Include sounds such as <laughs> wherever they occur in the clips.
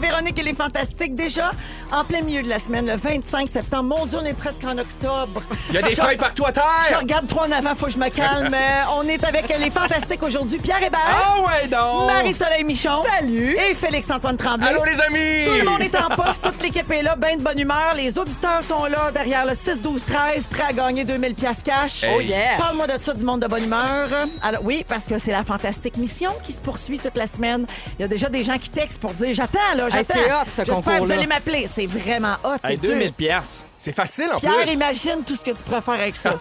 Véronique et les Fantastiques déjà en plein milieu de la semaine, le 25 septembre. Mon Dieu, on est presque en octobre. Il y a des feuilles partout à terre! Je regarde trois en avant, faut que je me calme. <laughs> Euh, on est avec les Fantastiques aujourd'hui. Pierre Hébert, Ah ouais donc! Marie-Soleil Michon. Salut! Et Félix-Antoine Tremblay. Allô les amis! Tout le monde est en poste, toute l'équipe est là, bien de bonne humeur. Les auditeurs sont là derrière le 6-12-13, prêts à gagner 2000 pièces cash. Hey. Oh yeah. Parle-moi de ça, du monde de bonne humeur. Alors oui, parce que c'est la fantastique mission qui se poursuit toute la semaine. Il y a déjà des gens qui textent pour dire j'attends là, j'attends. c'est hot, ce J'espère que vous concours-là. allez m'appeler. C'est vraiment hot. Hey, c'est 2000 deux. pièces. C'est facile en Pierre, plus! imagine tout ce que tu pourrais faire avec <laughs> ça.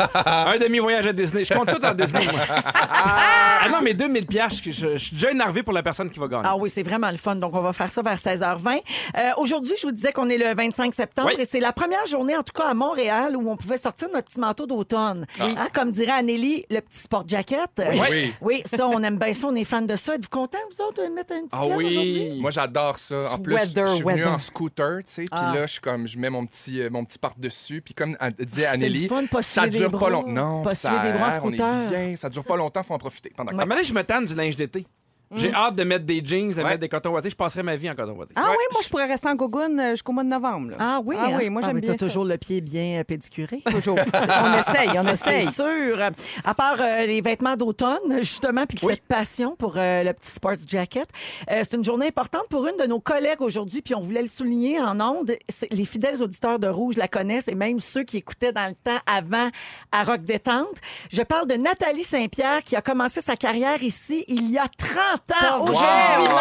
Un demi-voyage à Disney. Je compte tout en Disney, <laughs> moi. ah non, mais 2000 pièces, je, je- je suis déjà énervé pour la personne qui va gagner. Ah oui, c'est vraiment le fun. Donc, on va faire ça vers 16h20. Euh, Aujourd'hui, je vous disais qu'on est le 25 septembre Oui. et c'est la première journée, en tout cas à Montréal, où on pouvait sortir notre petit manteau d'automne. Hein, comme dirait Anneli, le petit sport jacket. Ah. Oui. Oui. Oui, ça, on aime bien ça. On est fan de ça. Êtes-vous content, vous autres, de mettre un petit Ah clair oui. aujourd'hui? Moi, j'adore ça. En Du plus, weather, je suis venu weather. en scooter, tu sais, puis Ah. là, je suis comme, je mets mon petit, euh, mon petit par-dessus, puis comme a- disait Ah, C'est le Anneli, fun, pas ça suer des dure bras, pas longtemps. Non, pas puis ça suer des bras en aère, on scooter. est bien, ça dure pas longtemps, faut en profiter pendant que Ça ça m'a dit, je me tanne du linge d'été. Mm. J'ai hâte de mettre des jeans, de Ouais. mettre des cotons wattés. Je passerai ma vie en coton watté. Ouais, Ah oui, moi, je pourrais rester en gogoune euh, jusqu'au mois de novembre. là. Ah oui, Ah hein? oui, moi, Ah, j'aime mais bien t'as ça. <laughs> toujours le pied bien euh, pédicuré. Toujours. on essaye, on Ça, essaye. C'est sûr. Euh, À part euh, les vêtements d'automne, justement, puis cette passion pour euh, le petit sports jacket, euh, c'est une journée importante pour une de nos collègues aujourd'hui, puis on voulait le souligner en ondes. C'est- Les fidèles auditeurs de Rouge la connaissent et même ceux qui écoutaient dans le temps avant à Rock Détente. Je parle de Nathalie Saint-Pierre qui a commencé sa carrière ici il y a 30 ans, Wow! aujourd'hui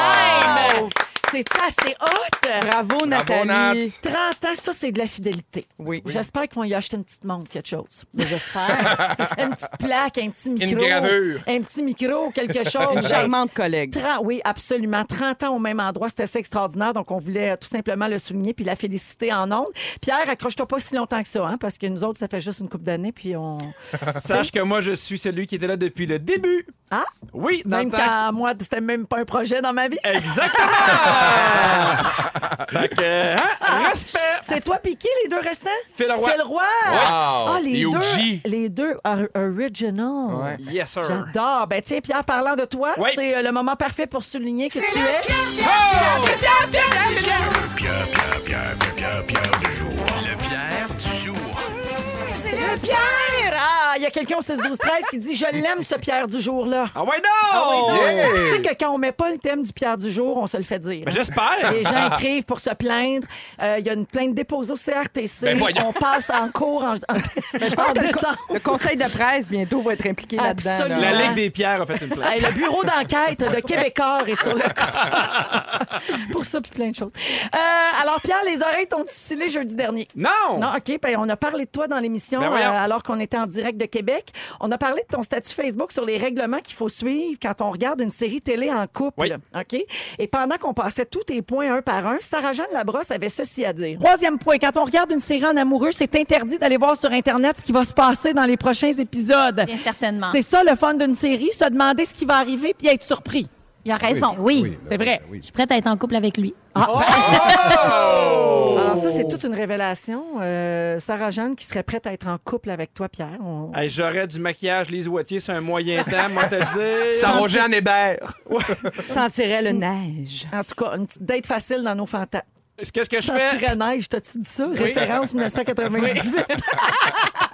même. C'est assez hot. Bravo, Bravo, Nathalie. 30 ans, ça, c'est de la fidélité. Oui. J'espère qu'ils vont y acheter une petite montre, quelque chose. Mais J'espère. une petite plaque, un petit micro. gravure. Un petit micro, quelque Une chose. charmante collègue. 30, oui, absolument. 30 ans au même endroit, c'est assez extraordinaire. Donc, on voulait euh, tout simplement le souligner puis la féliciter en ondes. Pierre, accroche-toi pas si longtemps que ça, hein, parce que nous autres, ça fait juste une coupe d'années, puis on. Sache que moi, je suis celui qui était là depuis le début. Ah! Oui, dans Même le temps. quand moi, c'était même pas un projet dans ma vie. <laughs> Exactement! fait que, hein, respect! C'est toi, Piqué, les deux restants? Fais le roi. Fais le roi! Ah, les, les deux, OG. les deux are original. Ouais. Yes, sir. J'adore. Ben tiens, Pierre, parlant de toi, Oui. c'est euh, le moment parfait pour souligner que tu es. Ah Pierre, Pierre, Pierre, Pierre, Pierre, Pierre du jour. Le Pierre du jour. Le Pierre! Ah, il y a quelqu'un au 6 12 13 qui dit je l'aime ce Pierre du jour là. Ah ouais, non! Yeah! Tu sais que quand on met pas le thème du Pierre du jour, on se le fait dire. Ben, j'espère! Les gens écrivent pour se plaindre. Euh, Il y a une plainte déposée au CRTC. Ben, voyons. on passe en cours en, Je pense en que le, décembre. co- le conseil de presse, bientôt, va être impliqué là-dedans. là. Absolument. La Ligue des pierres a fait une place. Hey, le bureau d'enquête de Québécois est sur le coup. <laughs> Pour ça, puis plein de choses. Euh, alors, Pierre, les oreilles t'ont distillé jeudi dernier. Non! Non, OK. ben, on a parlé de toi dans l'émission Ben voyons. euh, alors qu'on était en direct de Québec. On a parlé de ton statut Facebook sur les règlements qu'il faut suivre quand on regarde une série télé en couple. Oui. OK? Et pendant qu'on passait tous tes points un par un, Sarah-Jeanne Labrosse avait ceci à dire. Troisième point, quand on regarde une série en amoureux, c'est interdit d'aller voir sur Internet ce qui va se passer dans les prochains épisodes. Bien certainement. C'est ça le fun d'une série, se demander ce qui va arriver puis être surpris. Il a raison, Ben oui. C'est vrai. Je suis prête à être en couple avec lui. Ah. Alors ça, c'est toute une révélation. Euh, Sarah-Jeanne qui serait prête à être en couple avec toi, Pierre. On- Hey, J'aurais du maquillage Lise Wattier sur un moyen temps, <laughs> moi, te le dire. Ça rogeait en Hébert. Tu sentirais le neige. En tout cas, une petite date facile dans nos fantasmes. Qu'est-ce que je fais? neige, t'as-tu dit ça? <laughs> Référence 1998.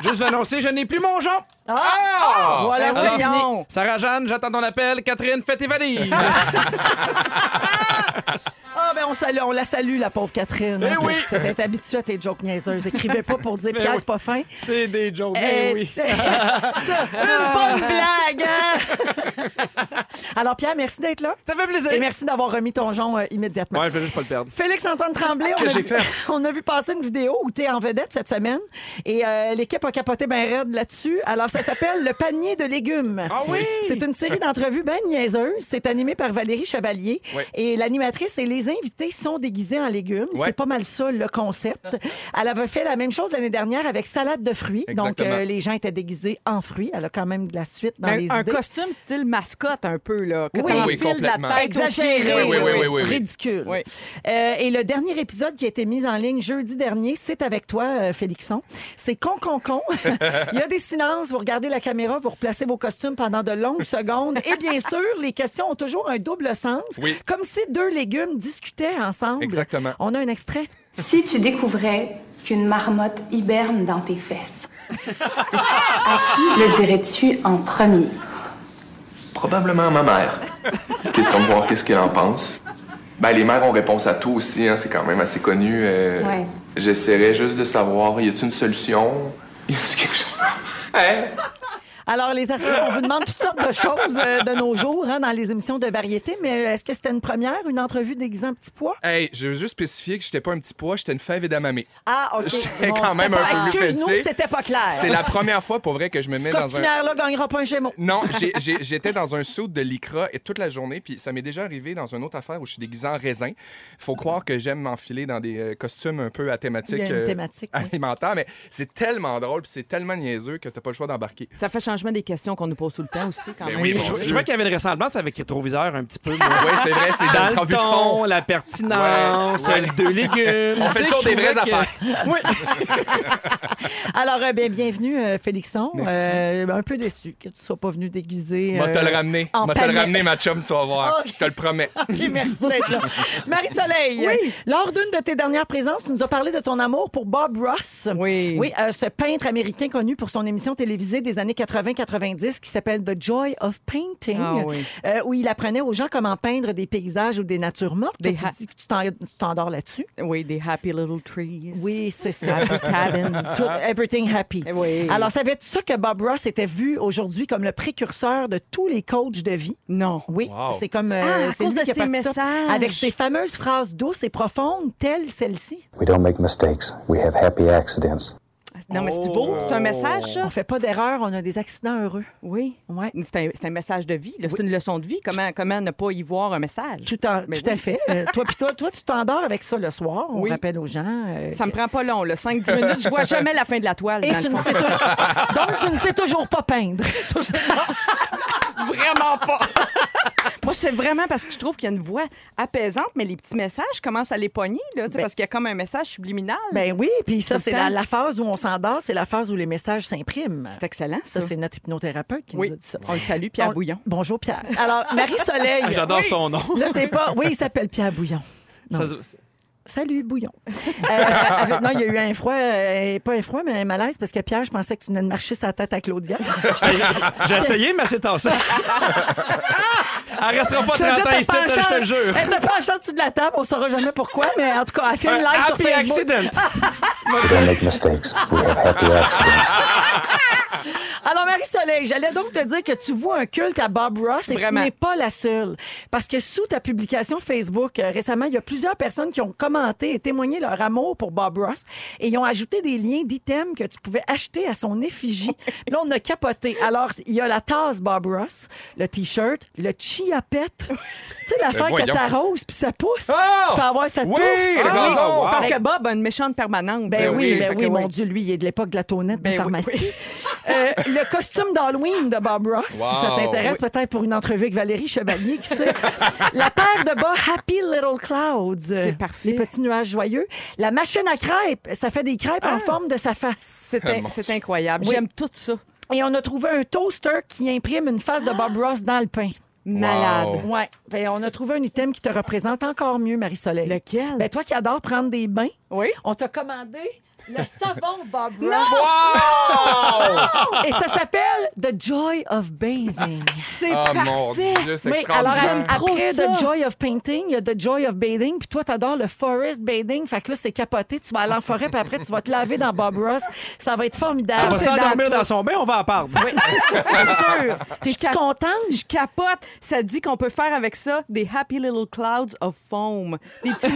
Juste vous annoncer, je n'ai plus mon jambe. Ah! Voilà, Alors, c'est fini. bon. Sarah-Jeanne, j'attends ton appel. Catherine, fais <laughs> tes valises. Ah, ben on, salue, on la salue, la pauvre Catherine. Hein? Eh oui. Eh C'était habitué à tes jokes niaiseuses. Écrivez pas pour dire Pierre, oui. c'est pas fin. C'est des jokes. Eh, ben oui. <laughs> <laughs> ça, une bonne blague, hein? <laughs> Alors, Pierre, merci d'être là. Ça fait plaisir. Et merci d'avoir remis ton jonc euh, immédiatement. Ouais, je vais juste pas le perdre. Félix-Antoine Tremblay, on a, j'ai vu, <laughs> on a vu passer une vidéo où tu es en vedette cette semaine et euh, l'équipe a capoté bien raide là-dessus. Alors, ça s'appelle Le panier de légumes. Ah oui? C'est une série d'entrevues bien niaiseuses. C'est animé par Valérie Chevalier. Oui. Et l'animatrice et les invités sont déguisés en légumes. Ouais. C'est pas mal ça, le concept. Elle avait fait la même chose l'année dernière avec salade de fruits. Donc, euh, Exactement. les gens étaient déguisés en fruits. Elle a quand même de la suite dans les un, un idées. costume style mascotte un peu, là, que Oui. t'enfiles Oui, de la complètement. tête. au Exagéré, pied. Oui, oui, oui, oui, oui. ridicule. Oui. Euh, et le dernier épisode qui a été mis en ligne jeudi dernier, c'est avec toi, euh, Félixon. C'est con, con, con. <laughs> Il y a des silences, vous regardez la caméra, vous replacez vos costumes pendant de longues secondes. Et <laughs> bien sûr, les questions ont toujours un double sens, Oui. comme si deux légumes discutaient ensemble. Exactement. On a un extrait. Si tu découvrais qu'une marmotte hiberne dans tes fesses, à qui le dirais-tu en premier? Probablement à ma mère. Question de voir qu'est-ce qu'elle en pense. Ben, les mères ont réponse à tout aussi, hein, c'est quand même assez connu. euh, Ouais. J'essaierais juste de savoir, y a-t-il une solution? <laughs> Y a-t-il quelque chose? Hein? Alors, les artistes, on vous demande toutes sortes de choses euh, de nos jours hein, dans les émissions de variété, mais euh, est-ce que c'était une première, une entrevue déguisée en petit pois? Hey, je veux juste spécifier que j'étais pas un petit pois, j'étais une fève et d'amamé. Ah, OK. J'étais quand même c'était un pas- peu Excuse-nous, fessé. c'était pas clair. C'est la première fois pour vrai que je me Ce mets dans un. costumière-là gagnera pas un Gémeaux. Non, j'ai- j'ai- j'étais dans un saut de lycra et toute la journée, puis ça m'est déjà arrivé dans une autre affaire où je suis déguisé en raisin. Faut croire que j'aime m'enfiler dans des euh, costumes un peu à thématique, Il y a une euh, thématique, oui. alimentaire, mais c'est tellement drôle, puis c'est tellement niaiseux que t'as pas le choix d'embarquer. Ça fait changement des questions qu'on nous pose tout le temps aussi, quand Ben même. oui, Mais bon je, Dieu. je trouvais qu'il y avait une ressemblance avec Rétroviseur un petit peu. moi. <laughs> Oui, c'est vrai, c'est dans, Dans le le Ah, de fond. ton, la pertinence, Ouais, ouais. les deux légumes. On fait le Tu sais, tour je des vraies trouvais que- affaires. Oui. Alors, euh, ben, bienvenue, euh, Félixon. Merci. Euh, ben, un peu déçu que tu ne sois pas venu déguisé. Moi, te le euh, ramener. en Moi, te le panier. ramener, ma chum, tu vas voir. Ok. Je te le promets. <laughs> OK, merci <laughs> d'être là. Marie-Soleil, euh, lors d'une de tes dernières présences, tu nous as parlé de ton amour pour Bob Ross. Oui. Oui, euh, ce peintre américain connu pour son émission télévisée des années 80-90 qui s'appelle The Joy of Painting, Ah oui. euh, où il apprenait aux gens comment peindre des paysages ou des natures mortes. Des tu ha- dis que tu t'en- tu t'endors là-dessus. Oui, des happy little trees. Oui, c'est ça. Happy <laughs> cabins. To everything happy. Eh oui. Alors, savais-tu ça que Bob Ross était vu aujourd'hui comme le précurseur de tous les coachs de vie? Non. Oui, Wow. c'est comme euh, Ah, à c'est cause lui de qui a ses parti ça, messages. avec ses fameuses phrases douces et profondes telles celle-ci. We don't make mistakes. We have happy accidents. Non, mais c'est beau. C'est un message, ça? On fait pas d'erreur, on a des accidents heureux. Oui. Ouais. Mais C'est un, c'est un message de vie. là. C'est une leçon de vie. Comment, comment ne pas y voir un message? Tout, en- Mais tout à oui. fait. Euh, toi, puis toi, toi, tu t'endors avec ça le soir. On Oui. rappelle aux gens. euh, Ça me que- prend pas long, là. <laughs> 5-10 minutes, je vois jamais la fin de la toile. Et dans tu le ne fond. sais <laughs> tou- Donc, tu ne sais toujours pas peindre. Vraiment pas. Moi, c'est vraiment parce que je trouve qu'il y a une voix apaisante, mais les petits messages commencent à les pogner, là, tu sais, Ben- parce qu'il y a comme un message subliminal. Ben oui, puis ça, Tout le c'est temps. la, la phase où on s'endort, c'est la phase où les messages s'impriment. c'est excellent, ça. Ça, c'est notre hypnothérapeute qui oui, nous a dit ça. on le salue, Pierre On- Bouillon. Bonjour, Pierre. Alors, Marie-Soleil. <laughs> Ah, J'adore Oui. son nom. Là, t'es pas. Oui, il s'appelle Pierre Bouillon. Non. Ça se- Salut, <laughs> Bouillon. Euh, avec- non, il y a eu un froid, euh, pas un froid, mais un malaise, parce que Pierre, je pensais que tu venais de marcher sa tête à <laughs> Claudia. J'ai essayé, mais c'est <laughs> en ça. Elle restera pas Je veux 30 dire, ans t'as ici, pas je te en le chance- jure. Elle t'a pas en chance dessus de la table, on saura jamais pourquoi, mais en tout cas, elle fait une Un live sur happy Facebook. accident. We don't make mistakes. We have happy accidents. Alors, Marie-Soleil, j'allais donc te dire que tu vois un culte à Bob Ross et Vraiment. tu n'es pas la seule. Parce que sous ta publication Facebook euh, récemment, il y a plusieurs personnes qui ont commenté et témoigné leur amour pour Bob Ross et ils ont ajouté des liens d'items que tu pouvais acheter à <laughs> son effigie. Là, on a capoté. Alors, il y a la tasse Bob Ross, le T-shirt, le chia <laughs> pet. tu sais, l'affaire que Ben, voyons. t'arroses puis ça pousse. Ah! Tu peux avoir sa Oui, touffe. le Ah oui. gazon. C'est Parce parce que Bob a une méchante permanente. ben Euh, oui, fait ben que oui, mon Dieu, lui, il est de l'époque de la tonnette Ben de oui, pharmacie. oui. Euh, le costume d'Halloween de Bob Ross, si ça Wow. t'intéresse peut-être pour une entrevue avec Valérie Chevalier, qui sait. la paire de bas Happy Little Clouds. C'est parfait. Les petits nuages joyeux. La machine à crêpes, ça fait des crêpes Ah. en forme de sa face. C'est in- c'est incroyable. Oui. J'aime tout ça. Et on a trouvé un toaster qui imprime une face de Bob Ross dans le pain. Malade. Wow. Ouais. Ben, on a trouvé un item qui te représente encore mieux, Marie-Soleil. Lequel? Ben, toi qui adore prendre des bains, Oui. on t'a commandé le savon Bob Ross. Ah! Et ça s'appelle The Joy of Bathing. C'est Ah, mon parfait. Dieu, c'est Oui, alors extraordinaire. après Trop ça. The Joy of Painting, il y a The Joy of Bathing, puis toi, t'adores le Forest Bathing, fait que là, c'est capoté, tu vas aller en forêt, puis après, tu vas te laver dans Bob Ross. Ça va être Elle formidable. va s'endormir C'est dans son bain, on va en parler. sûr. T'es cap- contente? Je capote. Ça dit qu'on peut faire avec ça des happy little clouds of foam. Des petits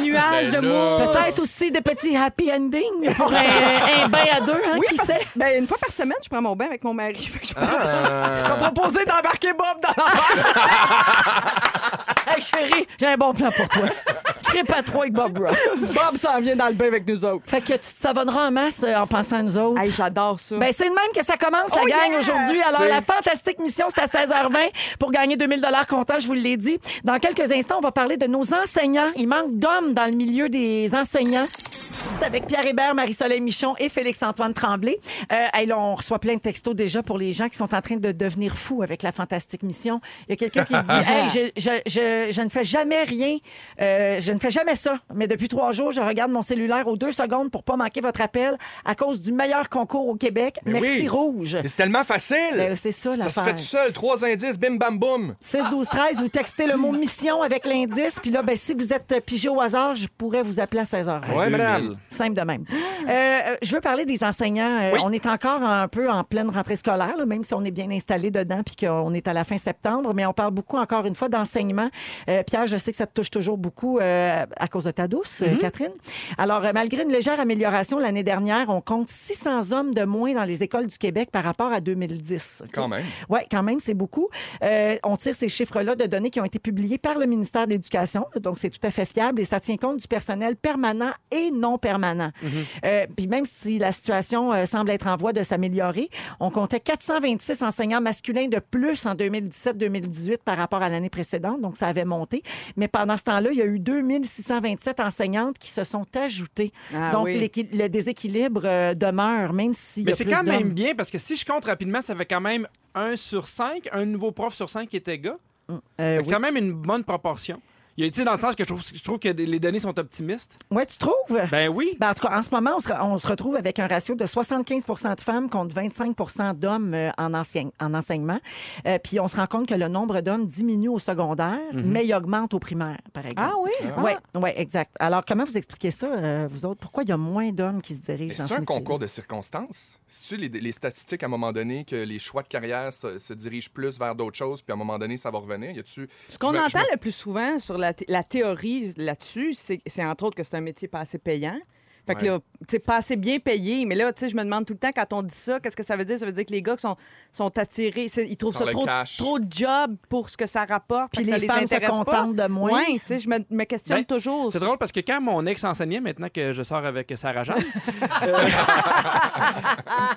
<laughs> nuages Ben de là. mousse. Peut-être aussi des petits happy endings pour un, un bain à deux, hein, Oui, qui parce- sait? Ben, une fois par semaine, je prends mon bain avec mon mari. <laughs> Fait que <laughs> je peux Ah. proposer d'embarquer Bob dans la Hey, chérie, j'ai un bon plan pour toi. trip à trois avec Bob Ross. <laughs> Bob s'en vient dans le bain avec nous autres. Fait que tu te savonneras en masse euh, en pensant à nous autres. Hey, j'adore ça. Ben, c'est de même que ça commence, la Oh gang, yeah! aujourd'hui. Alors, C'est- la fantastique mission, c'est à 16h20 pour gagner 2000 comptant, je vous l'ai dit. Dans quelques instants, on va parler de nos enseignants. Il manque d'hommes dans le milieu des enseignants. Avec Pierre Hébert, Marie-Soleil Michon et Félix-Antoine Tremblay. Euh, hey, là, on reçoit plein de textos déjà pour les gens qui sont en train de devenir fous avec la fantastique mission. Il y a <laughs> quelqu'un qui dit Hey, je, je- je- je ne fais jamais rien, euh, je ne fais jamais ça, mais depuis trois jours, je regarde mon cellulaire aux deux secondes pour pas manquer votre appel à cause du meilleur concours au Québec. Mais Merci oui. Rouge. Mais c'est tellement facile. Ben, c'est ça, ça se l'affaire. fait tout seul. Trois indices, bim, bam, boum. 6, 12, 13, vous textez le mot mission avec l'indice. Puis là, ben, si vous êtes euh, pigé au hasard, je pourrais vous appeler à 16h. Ouais, 2000. madame. Simple de même. Euh, euh, je veux parler des enseignants. Euh, On est encore un peu en pleine rentrée scolaire, là, même si on est bien installé dedans puis qu'on est à la fin septembre. Mais on parle beaucoup, encore une fois, d'enseignement. Euh, Pierre, je sais que ça te touche toujours beaucoup euh, à cause de ta douce, euh, Mhm. Catherine. Alors, euh, malgré une légère amélioration l'année dernière, on compte 600 hommes de moins dans les écoles du Québec par rapport à 2010. Quand même. Oui, quand même, c'est beaucoup. Euh, on tire ces chiffres-là de données qui ont été publiées par le ministère de l'Éducation, donc c'est tout à fait fiable et ça tient compte du personnel permanent et non permanent. Mm-hmm. Euh, Puis même si la situation euh, semble être en voie de s'améliorer, on comptait 426 enseignants masculins de plus en 2017-2018 par rapport à l'année précédente, donc ça avait monté. Mais pendant ce temps-là, il y a eu 2627 enseignantes qui se sont ajoutées. Ah donc oui. l'équi- le déséquilibre euh, demeure, même si. Mais c'est quand même bien parce que si je compte rapidement, ça fait quand même 1 sur 5, un nouveau prof sur 5 qui était gars. Euh, Eh Fait que C'est quand même une bonne proportion. Il y a, tu sais, dans le sens que je trouve, je trouve que les données sont optimistes. Oui, tu trouves? Ben oui. Ben, en tout cas, en ce moment, on se, on se retrouve avec un ratio de 75 de femmes contre 25 d'hommes euh, en, enseigne- en enseignement. Euh, puis on se rend compte que le nombre d'hommes diminue au secondaire, mais il augmente au primaire, par exemple. Ah oui? Oui, ouais, exact. Alors, comment vous expliquez ça, euh, vous autres? Pourquoi il y a moins d'hommes qui se dirigent Mais dans C'est ce un métier? concours de circonstances. C'est-tu les, les statistiques à un moment donné que les choix de carrière se, se dirigent plus vers d'autres choses, puis à un moment donné, ça va revenir? Y a-tu. Ce je qu'on me- je entend me- le plus souvent sur la, thé- la théorie là-dessus, c'est c'est entre autres que c'est un métier pas assez payant. Fait que Ouais. là, tu sais, pas assez bien payé. Mais là, tu sais, je me demande tout le temps, quand on dit ça, qu'est-ce que ça veut dire? Ça veut dire que les gars qui sont, sont attirés, c'est- ils trouvent Par ça le trop, cash. trop de job pour ce que ça rapporte. Puis fait que les ça femmes les se intéresse contentent pas. de moins. Ouais, tu sais, je me, me questionne Ben, toujours. C'est drôle parce que quand mon ex enseignait, maintenant que je sors avec Sarah <laughs> Jeanne. euh,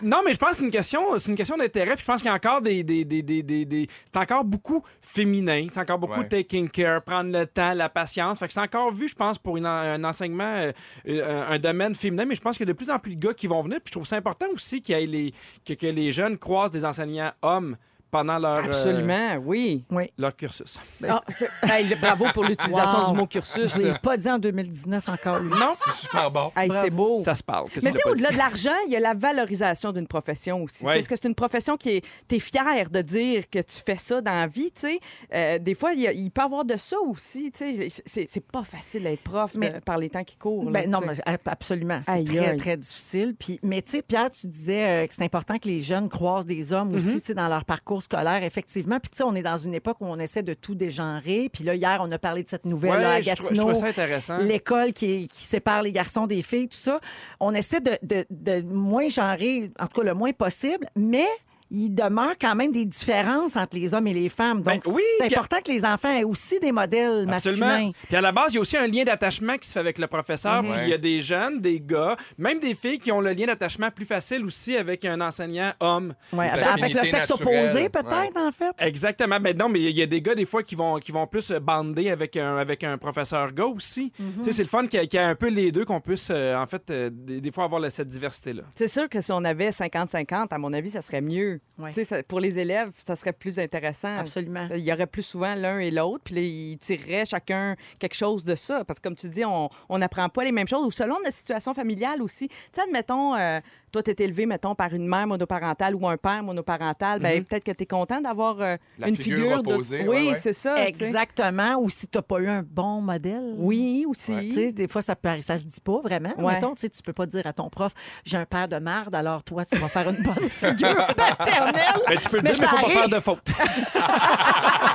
non, mais je pense que c'est une question, c'est une question d'intérêt. Puis je pense qu'il y a encore des. des, des, des, des- des- c'est encore beaucoup féminin. C'est encore beaucoup Ouais. taking care, prendre le temps, la patience. Fait que c'est encore vu, je pense, pour une en- un enseignement, euh, euh, un domaine féminin. Mais je pense qu'il y a de plus en plus de gars qui vont venir. Puis je trouve ça important aussi qu'il y ait les, que, que les jeunes croisent des enseignants hommes pendant leur, euh, Absolument, oui. leur cursus. Ah, c'est- Hey, le- bravo pour l'utilisation Wow. du mot cursus. Je l'ai pas dit en 2019 <laughs> encore. lui. Non, C'est super bon. Hey, c'est beau. ça se parle. que tu Oh. Mais l'as tu sais, pas dit. au-delà de l'argent, il y a la valorisation d'une profession aussi. Tu Ouais. sais, Est-ce que c'est une profession qui est. T'es fier de dire que tu fais ça dans la vie, tu sais? Euh, des fois, il, y a- il peut y avoir de ça aussi, tu sais. C'est- C'est c'est pas facile d'être prof Mais- de- par les temps qui courent. là, Ben, non, tu mais sais. ab- absolument. C'est Aïe, très, aïe. très difficile. Puis, mais tu sais, Pierre, tu disais euh, que c'est important que les jeunes croisent des hommes aussi tu sais, dans leur parcours scolaire, effectivement. Puis tu sais, on est dans une époque où on essaie de tout dégenrer. Puis là, hier, on a parlé de cette nouvelle là, à Ouais, je, trou- je Gatineau. trouve ça intéressant. L'école qui, qui sépare les garçons des filles, tout ça. On essaie de, de- de moins genrer, en tout cas le moins possible, mais il demeure quand même des différences entre les hommes et les femmes. Ben Donc, oui, c'est puis- important que les enfants aient aussi des modèles masculins. Absolument. Puis à la base, il y a aussi un lien d'attachement qui se fait avec le professeur. Puis il y a des jeunes, des gars, même des filles qui ont le lien d'attachement plus facile aussi avec un enseignant homme. Ouais, Des avec le affinités sexe naturelles. opposé, peut-être, en fait. Exactement. Mais non, mais il y a des gars, des fois, qui vont, qui vont plus bander avec un, avec un professeur gars aussi. Tu sais, c'est le fun qu'il y, a- qu'il y a un peu les deux, qu'on puisse, euh, en fait, euh, des, des fois avoir la- cette diversité-là. C'est sûr que si on avait 50-50, à mon avis, ça serait mieux. Ouais. Tu sais, ça- pour les élèves, ça serait plus intéressant. Absolument. Il y aurait plus souvent l'un et l'autre, puis là, ils tireraient chacun quelque chose de ça. Parce que, comme tu dis, on on n'apprend pas les mêmes choses, ou selon notre situation familiale aussi. Tu sais, admettons, euh, toi, tu es élevé, mettons, par une mère monoparentale ou un père monoparental, ben, peut-être que tu es content d'avoir euh, Mhm. La une figure figure. de- opposée, Oui, ouais, ouais. c'est ça. Ah, tu sais. Exactement. Ou si tu n'as pas eu un bon modèle. Oui, aussi. Tu sais, des fois, ça, peut- ça se dit pas vraiment. Ouais. Mettons, tu sais, tu peux pas dire à ton prof, j'ai un père de marde, alors toi, tu vas faire une bonne <laughs> figure paternelle. Mais Ben, tu peux le Mais dire, mais ça il faut pas faire arrive. de faute. <laughs>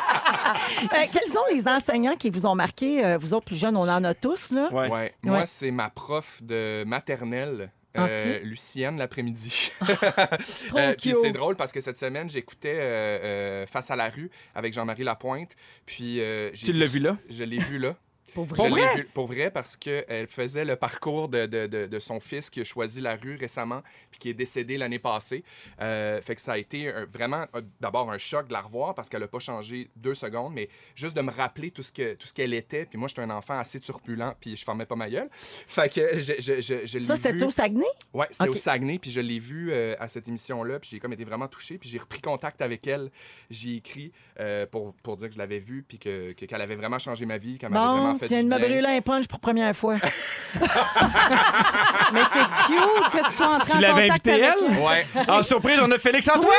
Euh, quels sont les enseignants qui vous ont marqué, euh, vous autres plus jeunes, on en a tous, là? Ouais. Ouais. Moi, Ouais. c'est ma prof de maternelle. Ah, euh, Lucienne <laughs> l'après-midi. Trop Euh, puis cute. c'est drôle parce que cette semaine, j'écoutais euh, euh, Face à la rue avec Jean-Marie Lapointe. Puis, euh, j'ai Tu l'as vu là? Je l'ai vu là. Pour Je vrai. l'ai vrai? vu- pour vrai, parce qu'elle faisait le parcours de, de- de- de son fils qui a choisi la rue récemment puis qui est décédé l'année passée. Euh, fait que ça a été un- vraiment, euh, d'abord, un choc de la revoir parce qu'elle n'a pas changé deux secondes, mais juste de me rappeler tout ce que tout ce qu'elle était. Puis moi, j'étais un enfant assez turbulent puis je formais pas ma gueule. Fait que je, je, je, je l'ai Ça, vu... c'était au Saguenay? Ouais, c'était Ok. au Saguenay, puis je l'ai vue euh, à cette émission-là, puis j'ai comme été vraiment touché, puis j'ai repris contact avec elle. J'ai écrit euh, pour, pour dire que je l'avais vue, puis que, que- qu'elle avait vraiment changé ma vie, qu'elle m'avait Bon, vraiment tu fait viens du de me bien. brûler un punch pour <laughs> première fois. Mais c'est cute que tu sois entré <laughs> en Tu l'avais contact invitée, avec Ouais, elle? En surprise, on a Félix Antoine!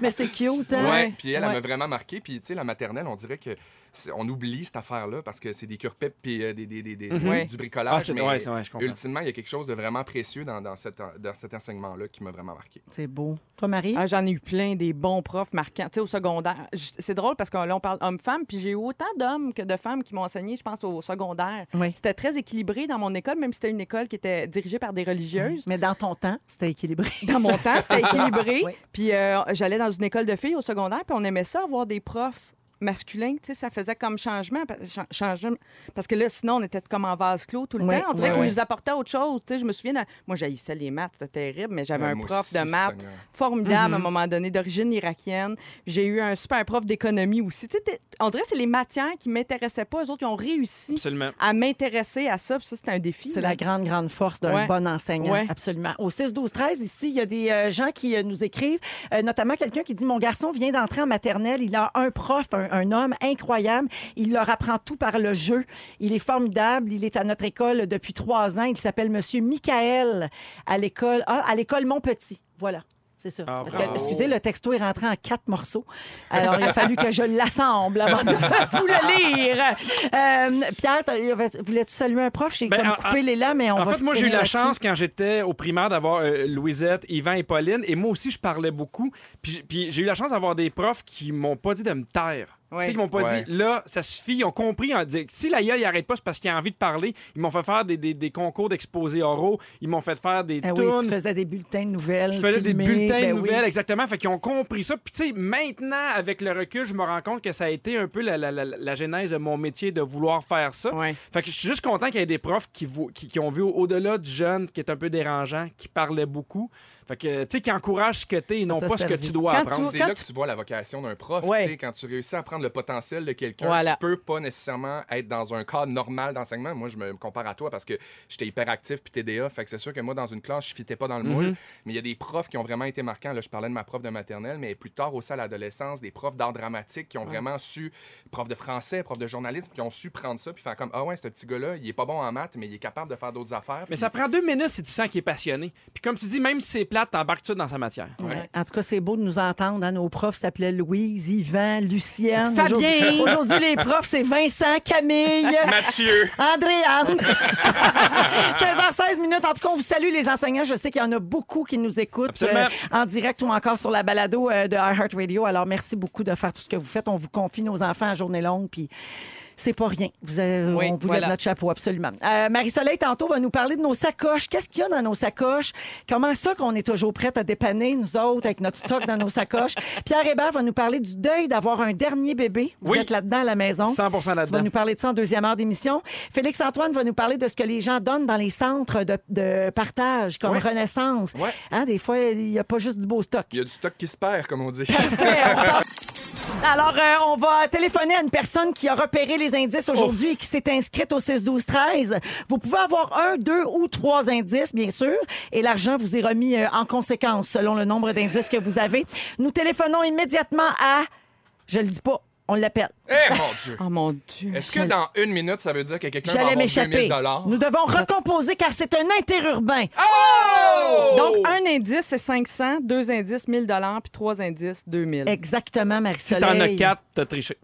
Mais c'est cute, hein? ouais. Puis elle, elle Ouais. m'a vraiment marqué. Puis, tu sais, la maternelle, on dirait que c'est- on oublie cette affaire-là parce que c'est des cure-pipes puis euh, des, des- des- des- Mhm. du Ah, bricolage. c'est mais ouais, c'est vrai, je comprends. ultimement, il y a quelque chose de vraiment précieux dans, dans, cet, dans cet enseignement-là qui m'a vraiment marqué. C'est beau. Toi, Marie? Ah, J'en ai eu plein des bons profs marquants. Tu sais, au secondaire, j- c'est drôle parce que là, on parle homme-femme, puis j'ai eu autant d'hommes que de femmes qui m'ont enseigné, je pense, au secondaire. Oui. C'était très équilibré dans mon école, même si c'était une école qui était dirigée par <laughs> des religieuses. Mais dans ton temps, c'était équilibré. Dans mon temps, c'était équilibré. Oui. Puis euh, j'allais dans une école de filles au secondaire, puis on aimait ça avoir des profs masculins. Tu sais, ça faisait comme changement, pa- cha- changement. Parce que là, sinon, on était comme en vase clos tout le Ouais, temps. On dirait ouais, qu'on ouais. nous apportait autre chose. Tu sais, je me souviens, dans- moi, j'haïssais les maths, c'était terrible, mais j'avais Ouais, un moi prof aussi, de maths Seigneur. formidable à un moment donné, d'origine irakienne. J'ai eu un super prof d'économie aussi. Tu sais, t'es- on dirait que c'est les matières qui m'intéressaient pas. Eux autres, ils ont réussi Absolument. à m'intéresser à ça. Puis ça, c'était un défi. C'est la grande, grande force d'un Ouais. bon enseignant. Ouais. Absolument. Au 6, 12, 13, ici, il y a des euh, gens qui euh, nous écrivent, euh, notamment quelqu'un qui dit Mon garçon vient d'entrer en maternelle. Il a un prof, un, un homme incroyable. Il leur apprend tout par le jeu. Il est formidable. Il est à notre école depuis trois ans. Il s'appelle Monsieur Michael à l'école ah, à l'école Montpetit. Voilà. C'est ça. Ah, Parce que, bravo. excusez, le texto est rentré en quatre morceaux. Alors, il a fallu que je l'assemble avant de <laughs> vous le lire. Euh, Pierre, t'as- voulais-tu saluer un prof? J'ai Ben, comme en- coupé les lames, mais on En va fait, moi, j'ai eu finir la là-dessus. chance quand j'étais au primaire d'avoir euh, Louisette, Yvan et Pauline. Et moi aussi, je parlais beaucoup. Puis, j'- puis j'ai eu la chance d'avoir des profs qui m'ont pas dit de me taire. Tu Ouais. sais, Ils m'ont pas Ouais. dit, là, ça suffit. Ils ont compris. Ils ont dit, si la gueule, il arrête pas, c'est parce qu'il a envie de parler. Ils m'ont fait faire des, des- des concours d'exposés oraux. Ils m'ont fait faire des Ah oui, tunes. tu faisais des bulletins de nouvelles. Je faisais des filmés, bulletins ben de oui. nouvelles, exactement. Fait qu'ils ont compris ça. Puis, tu sais, maintenant, avec le recul, je me rends compte que ça a été un peu la, la- la- la genèse de mon métier de vouloir faire ça. Ouais. Fait que je suis juste content qu'il y ait des profs qui, vo- qui, qui ont vu au- au-delà du jeune, qui est un peu dérangeant, qui parlait beaucoup. Fait que, tu sais, qui encourage ce que t'es et non t'a pas ce que servi. tu dois Quand tu- apprendre. C'est quand là que tu vois la vocation d'un prof. Ouais. tu sais, Quand tu réussis à prendre le potentiel de quelqu'un Voilà. qui peut pas nécessairement être dans un cadre normal d'enseignement. Moi, je me compare à toi parce que j'étais hyperactif puis TDA. Fait que c'est sûr que moi, dans une classe, je fitais pas dans le moule. Mais il y a des profs qui ont vraiment été marquants. Là, je parlais de ma prof de maternelle, mais plus tard aussi à l'adolescence, des profs d'art dramatique qui ont vraiment su, prof de français, prof de journalisme, qui ont su prendre ça puis faire comme Ah ouais, ce petit gars-là, il est pas bon en maths, mais il est capable de faire d'autres affaires. Mais ça prend deux minutes si tu sens qu'il est passionné. Puis comme tu dis, même si c'est plate, t'embarques tout de suite dans sa matière. Ouais. En tout cas, c'est beau de nous entendre. hein. Nos profs s'appelaient Louise, Yvan, Lucienne. Fabien. Aujourd'hui- Aujourd'hui, les profs, c'est Vincent, <laughs> Camille. Mathieu! <laughs> Andréanne. 16h16 minutes. En tout cas, on vous salue, les enseignants. Je sais qu'il y en a beaucoup qui nous écoutent euh, Absolument. en direct ou encore sur la balado euh, de iHeartRadio. Alors, merci beaucoup de faire tout ce que vous faites. On vous confie nos enfants à journée longue, puis c'est pas rien. Vous avez- Oui, on vous voilà. lève notre chapeau, absolument. Euh, Marie-Soleil, tantôt, va nous parler de nos sacoches. Qu'est-ce qu'il y a dans nos sacoches? Comment ça qu'on est toujours prête à dépanner, nous autres, avec notre stock dans nos <laughs> sacoches? Pierre Hébert va nous parler du deuil d'avoir un dernier bébé. Vous Oui. êtes là-dedans à la maison. 100 Tu vas là-dedans. nous parler de ça en deuxième heure d'émission. Félix-Antoine va nous parler de ce que les gens donnent dans les centres de, de partage, comme Ouais. Renaissance. Ouais. Hein, des fois, il n'y a pas juste du beau stock. Il y a du stock qui se perd, comme on dit. Parfait, on t'en- Alors, euh, on va téléphoner à une personne qui a repéré les indices aujourd'hui et qui s'est inscrite au 6-12-13. Vous pouvez avoir un, deux ou trois indices, bien sûr, et l'argent vous est remis euh, en conséquence selon le nombre d'indices que vous avez. Nous téléphonons immédiatement à... Je le dis pas, on l'appelle. <laughs> Eh mon Dieu! Oh mon Dieu. Est-ce que dans une minute, ça veut dire que quelqu'un va J'allais avoir m'échapper. 2000 dollars? Nous devons recomposer car c'est un interurbain. Oh! Donc, un indice, c'est 500, deux indices, 1000 puis trois indices, 2000. Exactement, Si Marie-Soleil. t'en as quatre, t'as triché.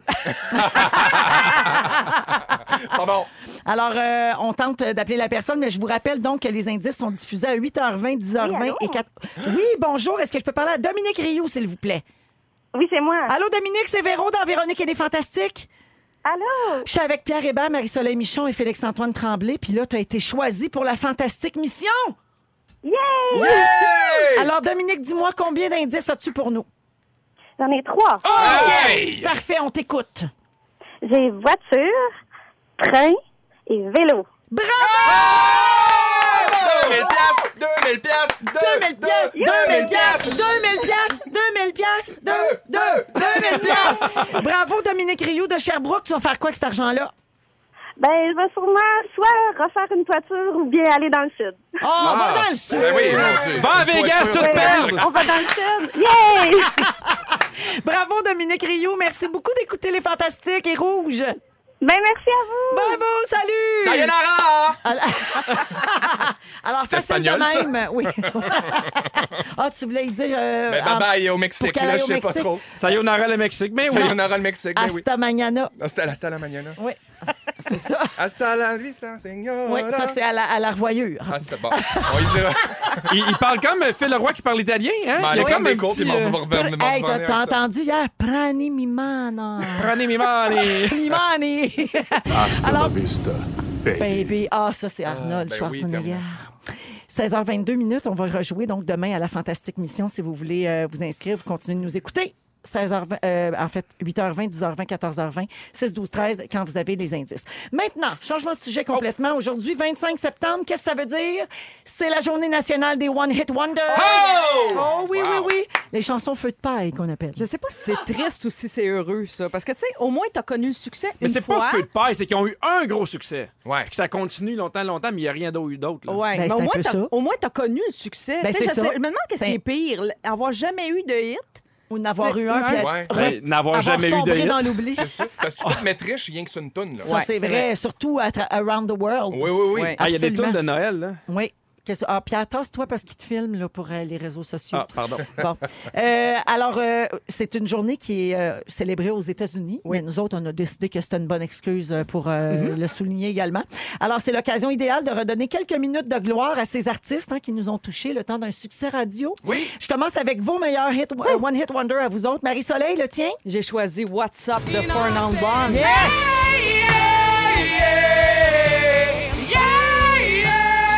Ah bon. Alors, euh, on tente d'appeler la personne, mais je vous rappelle donc que les indices sont diffusés à 8h20, 10h20 et 4... Oui, bonjour. Est-ce que je peux parler à Dominique Rioux, s'il vous plaît? Oui, c'est moi. Allô, Dominique, c'est Véro dans Véronique et les Fantastiques. Allô? Je suis avec Pierre Hébert, Marie-Soleil Michon et Félix-Antoine Tremblay. Puis là, tu as été choisi pour la fantastique mission. Yay! Alors, Dominique, dis-moi combien d'indices as-tu pour nous? J'en ai trois. Parfait, on t'écoute. J'ai voiture, train et vélo. Bravo! 2000 piastres, 2000 piastres, 2000 piastres, 2000 2000 Ah! piastres, piastres. 2000 piastres, 2000 piastres, 2, 2, 2000 piastres. Bravo Dominique Rioux de Sherbrooke, tu vas faire quoi avec cet argent-là? Ben, je vais sûrement soit refaire une toiture ou bien aller dans le sud. Oh, on va dans le sud. Ben oui, mon Dieu. Va à Une Vegas, voiture, tout c'est perd. magique. On va dans le sud. <laughs> Yay! Bravo Dominique Rioux, merci beaucoup d'écouter les fantastiques et rouges. Ben, merci à vous. Bravo, salut. Sayonara! Alors, Alors C'était facile de espagnol, même, oui. <laughs> ah, tu voulais dire euh, Ben, en- bye bye au Mexique, qu'elle là, aille je au sais pas Mexique. trop. Sayonara le Mexique. Mais oui. Sayonara le Mexique, ben oui. hasta mañana. Hasta la, hasta la mañana. <laughs> Oui, c'est ça. Hasta la vista, señora. Oui, ça c'est à la, à la revoyure. Ah, c'est bon. On y dira. Il, il parle comme euh, Phil Leroy qui parle italien. Hein? Ben, Il allez y a prendre comme un des cours, petit, puis on euh, va revenir. Hey, t'as t'as entendu hier? Prani <laughs> mi mano. Prenez mes mains. Mi mani. Alors- Ben, Baby. Ah, ça, c'est Arnold ben oui, Schwarzenegger. 16h22 minutes, on va rejouer donc demain à la fantastique mission. Si vous voulez euh, vous inscrire, vous continuez de nous écouter. 16h20, euh, en fait, 8h20, 10h20, 14h20, 6, 12, 13, quand vous avez les indices. Maintenant, changement de sujet complètement. Aujourd'hui, 25 septembre, qu'est-ce que ça veut dire? C'est la journée nationale des One Hit Wonder. Oh! Oh oui, oui, oui. Les chansons feu de paille qu'on appelle. Je sais pas si c'est triste ou si c'est heureux, ça. Parce que, tu sais, au moins, t'as connu le succès Mais une c'est fois. pas feu de paille, c'est qu'ils ont eu un gros succès. Ouais. Puis que ça continue longtemps, longtemps, mais il n'y a rien d'autre eu d'autre. là. Ouais, Ben, mais c'est au un moins, peu t'as- ça. au moins, t'as connu le succès. Ben, Tu sais, c'est je ça. sais- je me demande qu'est-ce qui C'est- est pire, l- avoir jamais eu de hit Ou n'avoir C'est eu un, puis un. être Ouais. Ben, re- N'avoir avoir jamais eu de sombré hit. dans l'oubli. C'est ça. Parce que tu peux te mettre riche rien que sur une toune, là. Ça, Ouais, c'est c'est vrai. vrai. surtout à tra- Around the World. Oui, oui, oui. Ouais. Ah, il y a des Absolument. tunes de Noël, là. Oui. Qu'est-ce- Ah, puis attasse-toi parce qu'ils te filment là, pour euh, les réseaux sociaux. Ah, pardon. <laughs> Bon. Euh, alors, euh, c'est une journée qui est euh, célébrée aux États-Unis. Mais nous autres, on a décidé que c'était une bonne excuse euh, pour euh, le souligner également. Alors, c'est l'occasion idéale de redonner quelques minutes de gloire à ces artistes hein, qui nous ont touchés le temps d'un succès radio. Oui. Je commence avec vos meilleurs hits, euh, One Hit Wonder à vous autres. Marie-Soleil, le tien? J'ai choisi What's Up de Fernand Bond.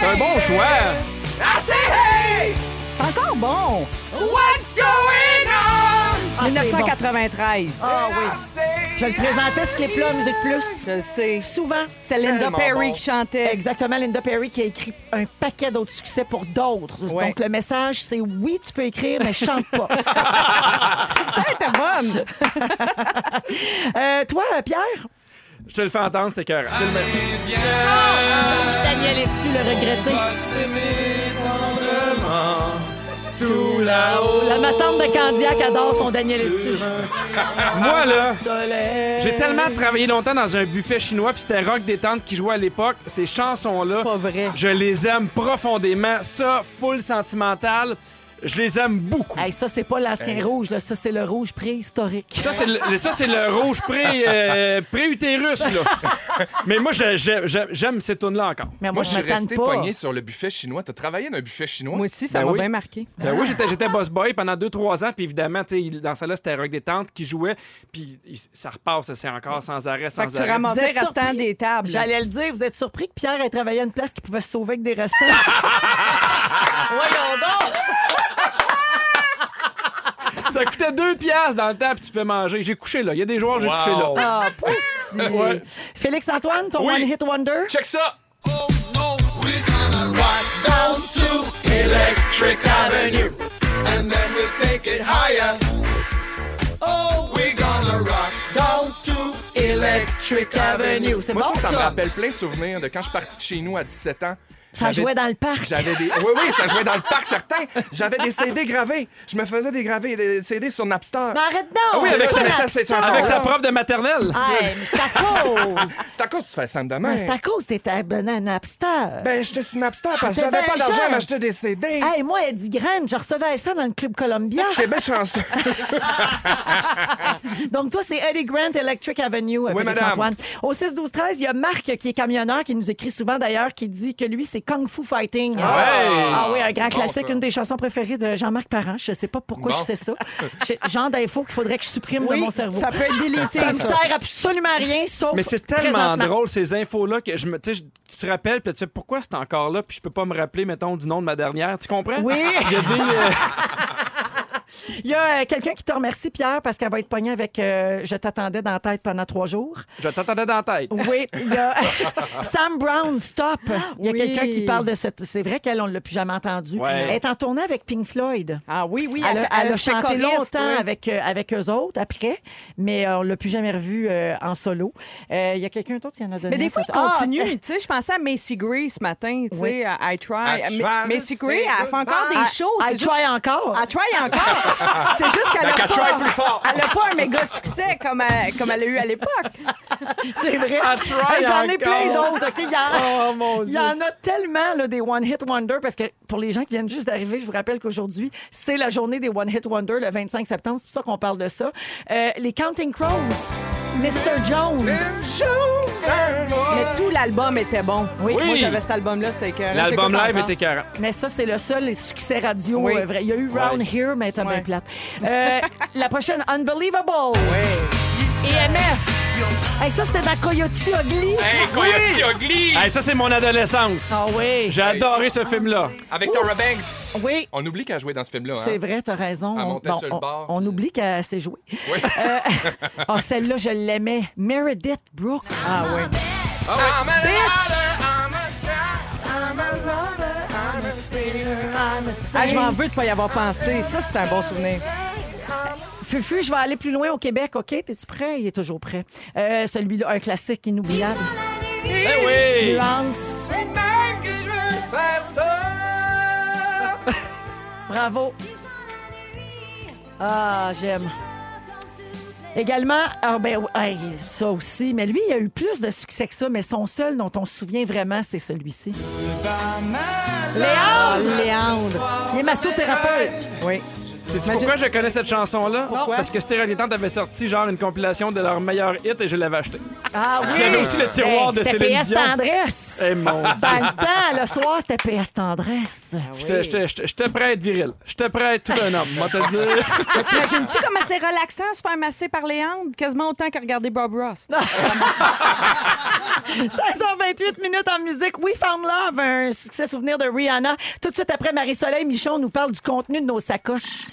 C'est un bon choix. C'est encore bon! Ah, c'est bon. 1993. Ah oui. Je le présentais, ce clip-là, à Musique Plus. Je le sais. Souvent. C'était Linda Tellement Perry bon. qui chantait. Exactement, Linda Perry qui a écrit un paquet d'autres succès pour d'autres. Ouais. Donc le message, c'est oui, tu peux écrire, mais chante <laughs> pas. Elle <laughs> était bonne! Euh, toi, Pierre, Je te le fais entendre, c'était cœur. Daniel est tu le regretté? Tout là-haut. La matante de Candiac adore son Daniel est tu Moi, là, Soleil. j'ai tellement travaillé longtemps dans un buffet chinois, puis c'était Rock Détente qui jouait à l'époque. Ces chansons-là, Pas vrai. je les aime profondément. Ça, full sentimental, je les aime beaucoup. Hey, ça, c'est pas l'ancien Euh, rouge, là. ça, c'est le rouge préhistorique. Ça, c'est le, le- ça, c'est le rouge pré, euh, pré-utérus, <laughs> là. Mais moi, je- je- je- j'aime ces tunes-là encore. Mais moi, Moi, je suis me tanne resté pas. pogné sur le buffet chinois. T'as travaillé dans un buffet chinois? Moi aussi, ça Ben m'a oui. bien marqué. Ben oui, j'étais, j'étais boss boy pendant 2-3 ans, puis évidemment, tu sais, il- dans ça là c'était Rock Détente qui jouait, puis il- ça repasse, c'est encore sans arrêt, sans Fait que tu arrêt. Vous ramassais êtes restant surpris? des tables. <laughs> J'allais le dire, vous êtes surpris que Pierre ait travaillé à une place qui pouvait se sauver avec des restants. <laughs> Voyons donc! Ça coûtait 2 piastres dans le temps, puis tu fais manger. J'ai couché là, il y a des joueurs, j'ai Wow. couché là. Ah, petit. Félix-Antoine, ton Oui. one-hit wonder? Check ça! C'est Moi, bon, ça, ça me rappelle plein de souvenirs de quand je suis parti de chez nous à 17 ans. Ça J'avais- jouait dans le parc. J'avais des. Oui, oui, ça jouait dans le parc, certain. J'avais des CD gravés. Je me faisais des gravés, des CD sur Napster. Mais arrête non! Oui, avec, C'est sa, pas la avec petite sa affaire. prof de maternelle. Hey, mais c'est à cause! C'est à cause que tu fais ça de Mais demain. c'est à cause que t'étais abonné à Napster. Ben, j'étais sur Napster parce que Ah, t'es j'avais bien pas d'argent jeune. à m'acheter des CD. Hey, moi, Eddie Grant, je recevais ça dans le Club Columbia. <laughs> T'es bien chanceux. Donc, toi, c'est Eddie Grant, Electric Avenue, euh, Félix madame. Antoine. Au 6-12-13, il y a Marc, qui est camionneur, qui nous écrit souvent d'ailleurs, qui dit que lui, c'est Kung Fu Fighting. Ah oui, un grand C'est bon, classique, ça. une des chansons préférées de Jean-Marc Parent. Je sais pas pourquoi Bon. je sais ça. C'est le genre d'info qu'il faudrait que je supprime de Oui, mon cerveau. ça peut être délété. Ça me sert absolument à rien, sauf Mais c'est tellement présentement. drôle, ces infos-là, que je me, tu sais, je- tu te rappelles, puis tu fais pourquoi c'est encore là, puis je peux pas me rappeler, mettons, du nom de ma dernière. Tu comprends? Oui. Il y a des. euh, <laughs> Il y a euh, quelqu'un qui te remercie, Pierre, parce qu'elle va être pognée avec euh, Je t'attendais dans la tête pendant trois jours. Je t'attendais dans la tête. Oui, il y <laughs> a Sam Brown, stop. Il y a Oui. quelqu'un qui parle de cette. C'est vrai qu'elle, on ne l'a plus jamais entendue. Ouais. Elle est en tournée avec Pink Floyd. Ah oui, oui. elle, a- elle a fait chanté choriste, longtemps oui. avec, euh, avec eux autres après, mais euh, on ne l'a plus jamais revue euh, en solo. Euh, Il y a quelqu'un d'autre qui en a donné. Mais des fois, une il photo. Ah, continue. tu sais, je pensais à Macy Gray ce matin, tu sais, Oui. à I Try. I Mais- Try, Macy c'est Gray, elle fait encore goodbye. des shows. I c'est juste- try encore. Elle try <laughs> encore. C'est juste qu'elle Mais a qu'elle pas... try plus fort. Elle a pas un méga succès comme elle, comme elle a eu à l'époque. C'est vrai. I try Hey, J'en ai encore. plein d'autres. ok? Il y en- Oh mon il Dieu. y en a tellement là, des One Hit Wonder parce que pour les gens qui viennent juste d'arriver, je vous rappelle qu'aujourd'hui, c'est la journée des One Hit Wonder le 25 septembre. C'est pour ça qu'on parle de ça. Euh, les Counting Crows, Mr. Jones. Mais tout l'album était bon. Oui. Moi, j'avais cet album-là, c'était écœurant. L'album J'étais live contente. était carré. Mais ça, c'est le seul succès radio Oui. euh, vrai. Il y a eu Round Ouais. Here, mais t'as Ouais. bien plate. Euh, <laughs> la prochaine, Unbelievable. EMF. Hey, ça, c'était dans Coyote Ugly. Hey, Coyote Ugly! Hey, ça, c'est mon adolescence. Ah oui. J'ai adoré ce film-là. Avec Tara Banks! Oui. On oublie qu'elle a joué dans ce film-là. hein? C'est vrai, t'as raison. Elle On, montait sur le on- bord. on oublie qu'elle s'est jouée. Euh, <laughs> ah, celle-là, je l'aimais. Meredith Brooks. Ah oui. <laughs> Ah, mais- Ah, je m'en veux de pas y avoir pensé. Ça, c'est un bon souvenir. Fufu, je vais aller plus loin au Québec, OK? T'es-tu prêt? Il est toujours prêt. Euh, celui-là, un classique inoubliable. Eh oui! Nuance. Bravo. Ah, j'aime. Également, ah ben, hey, ça aussi, mais lui, il a eu plus de succès que ça, mais son seul dont on se souvient vraiment, c'est celui-ci. Léandre! Léandre! Il est massothéraapute. Oui. Sais-tu pourquoi je connais cette chanson-là? Pourquoi? Parce que Stéréolétante avait sorti genre une compilation de leurs meilleurs hits et je l'avais acheté. Ah oui! Ben, J'avais aussi le tiroir de c'était Céline PS Dion. Tendresse! Eh mon Dieu. Dans le temps, le soir, c'était PS Tendresse. J'étais- J'étais j'étais- j'étais prêt à être viril. J'étais prêt à être tout un homme. Moi, te dire. T'imagines-tu comment c'est relaxant se faire masser par Léandre? Quasiment autant que regarder Bob Ross. 528 minutes en musique. We Found Love, un succès souvenir de Rihanna. Tout de suite après, Marie-Soleil Michon nous parle du contenu de nos sacoches.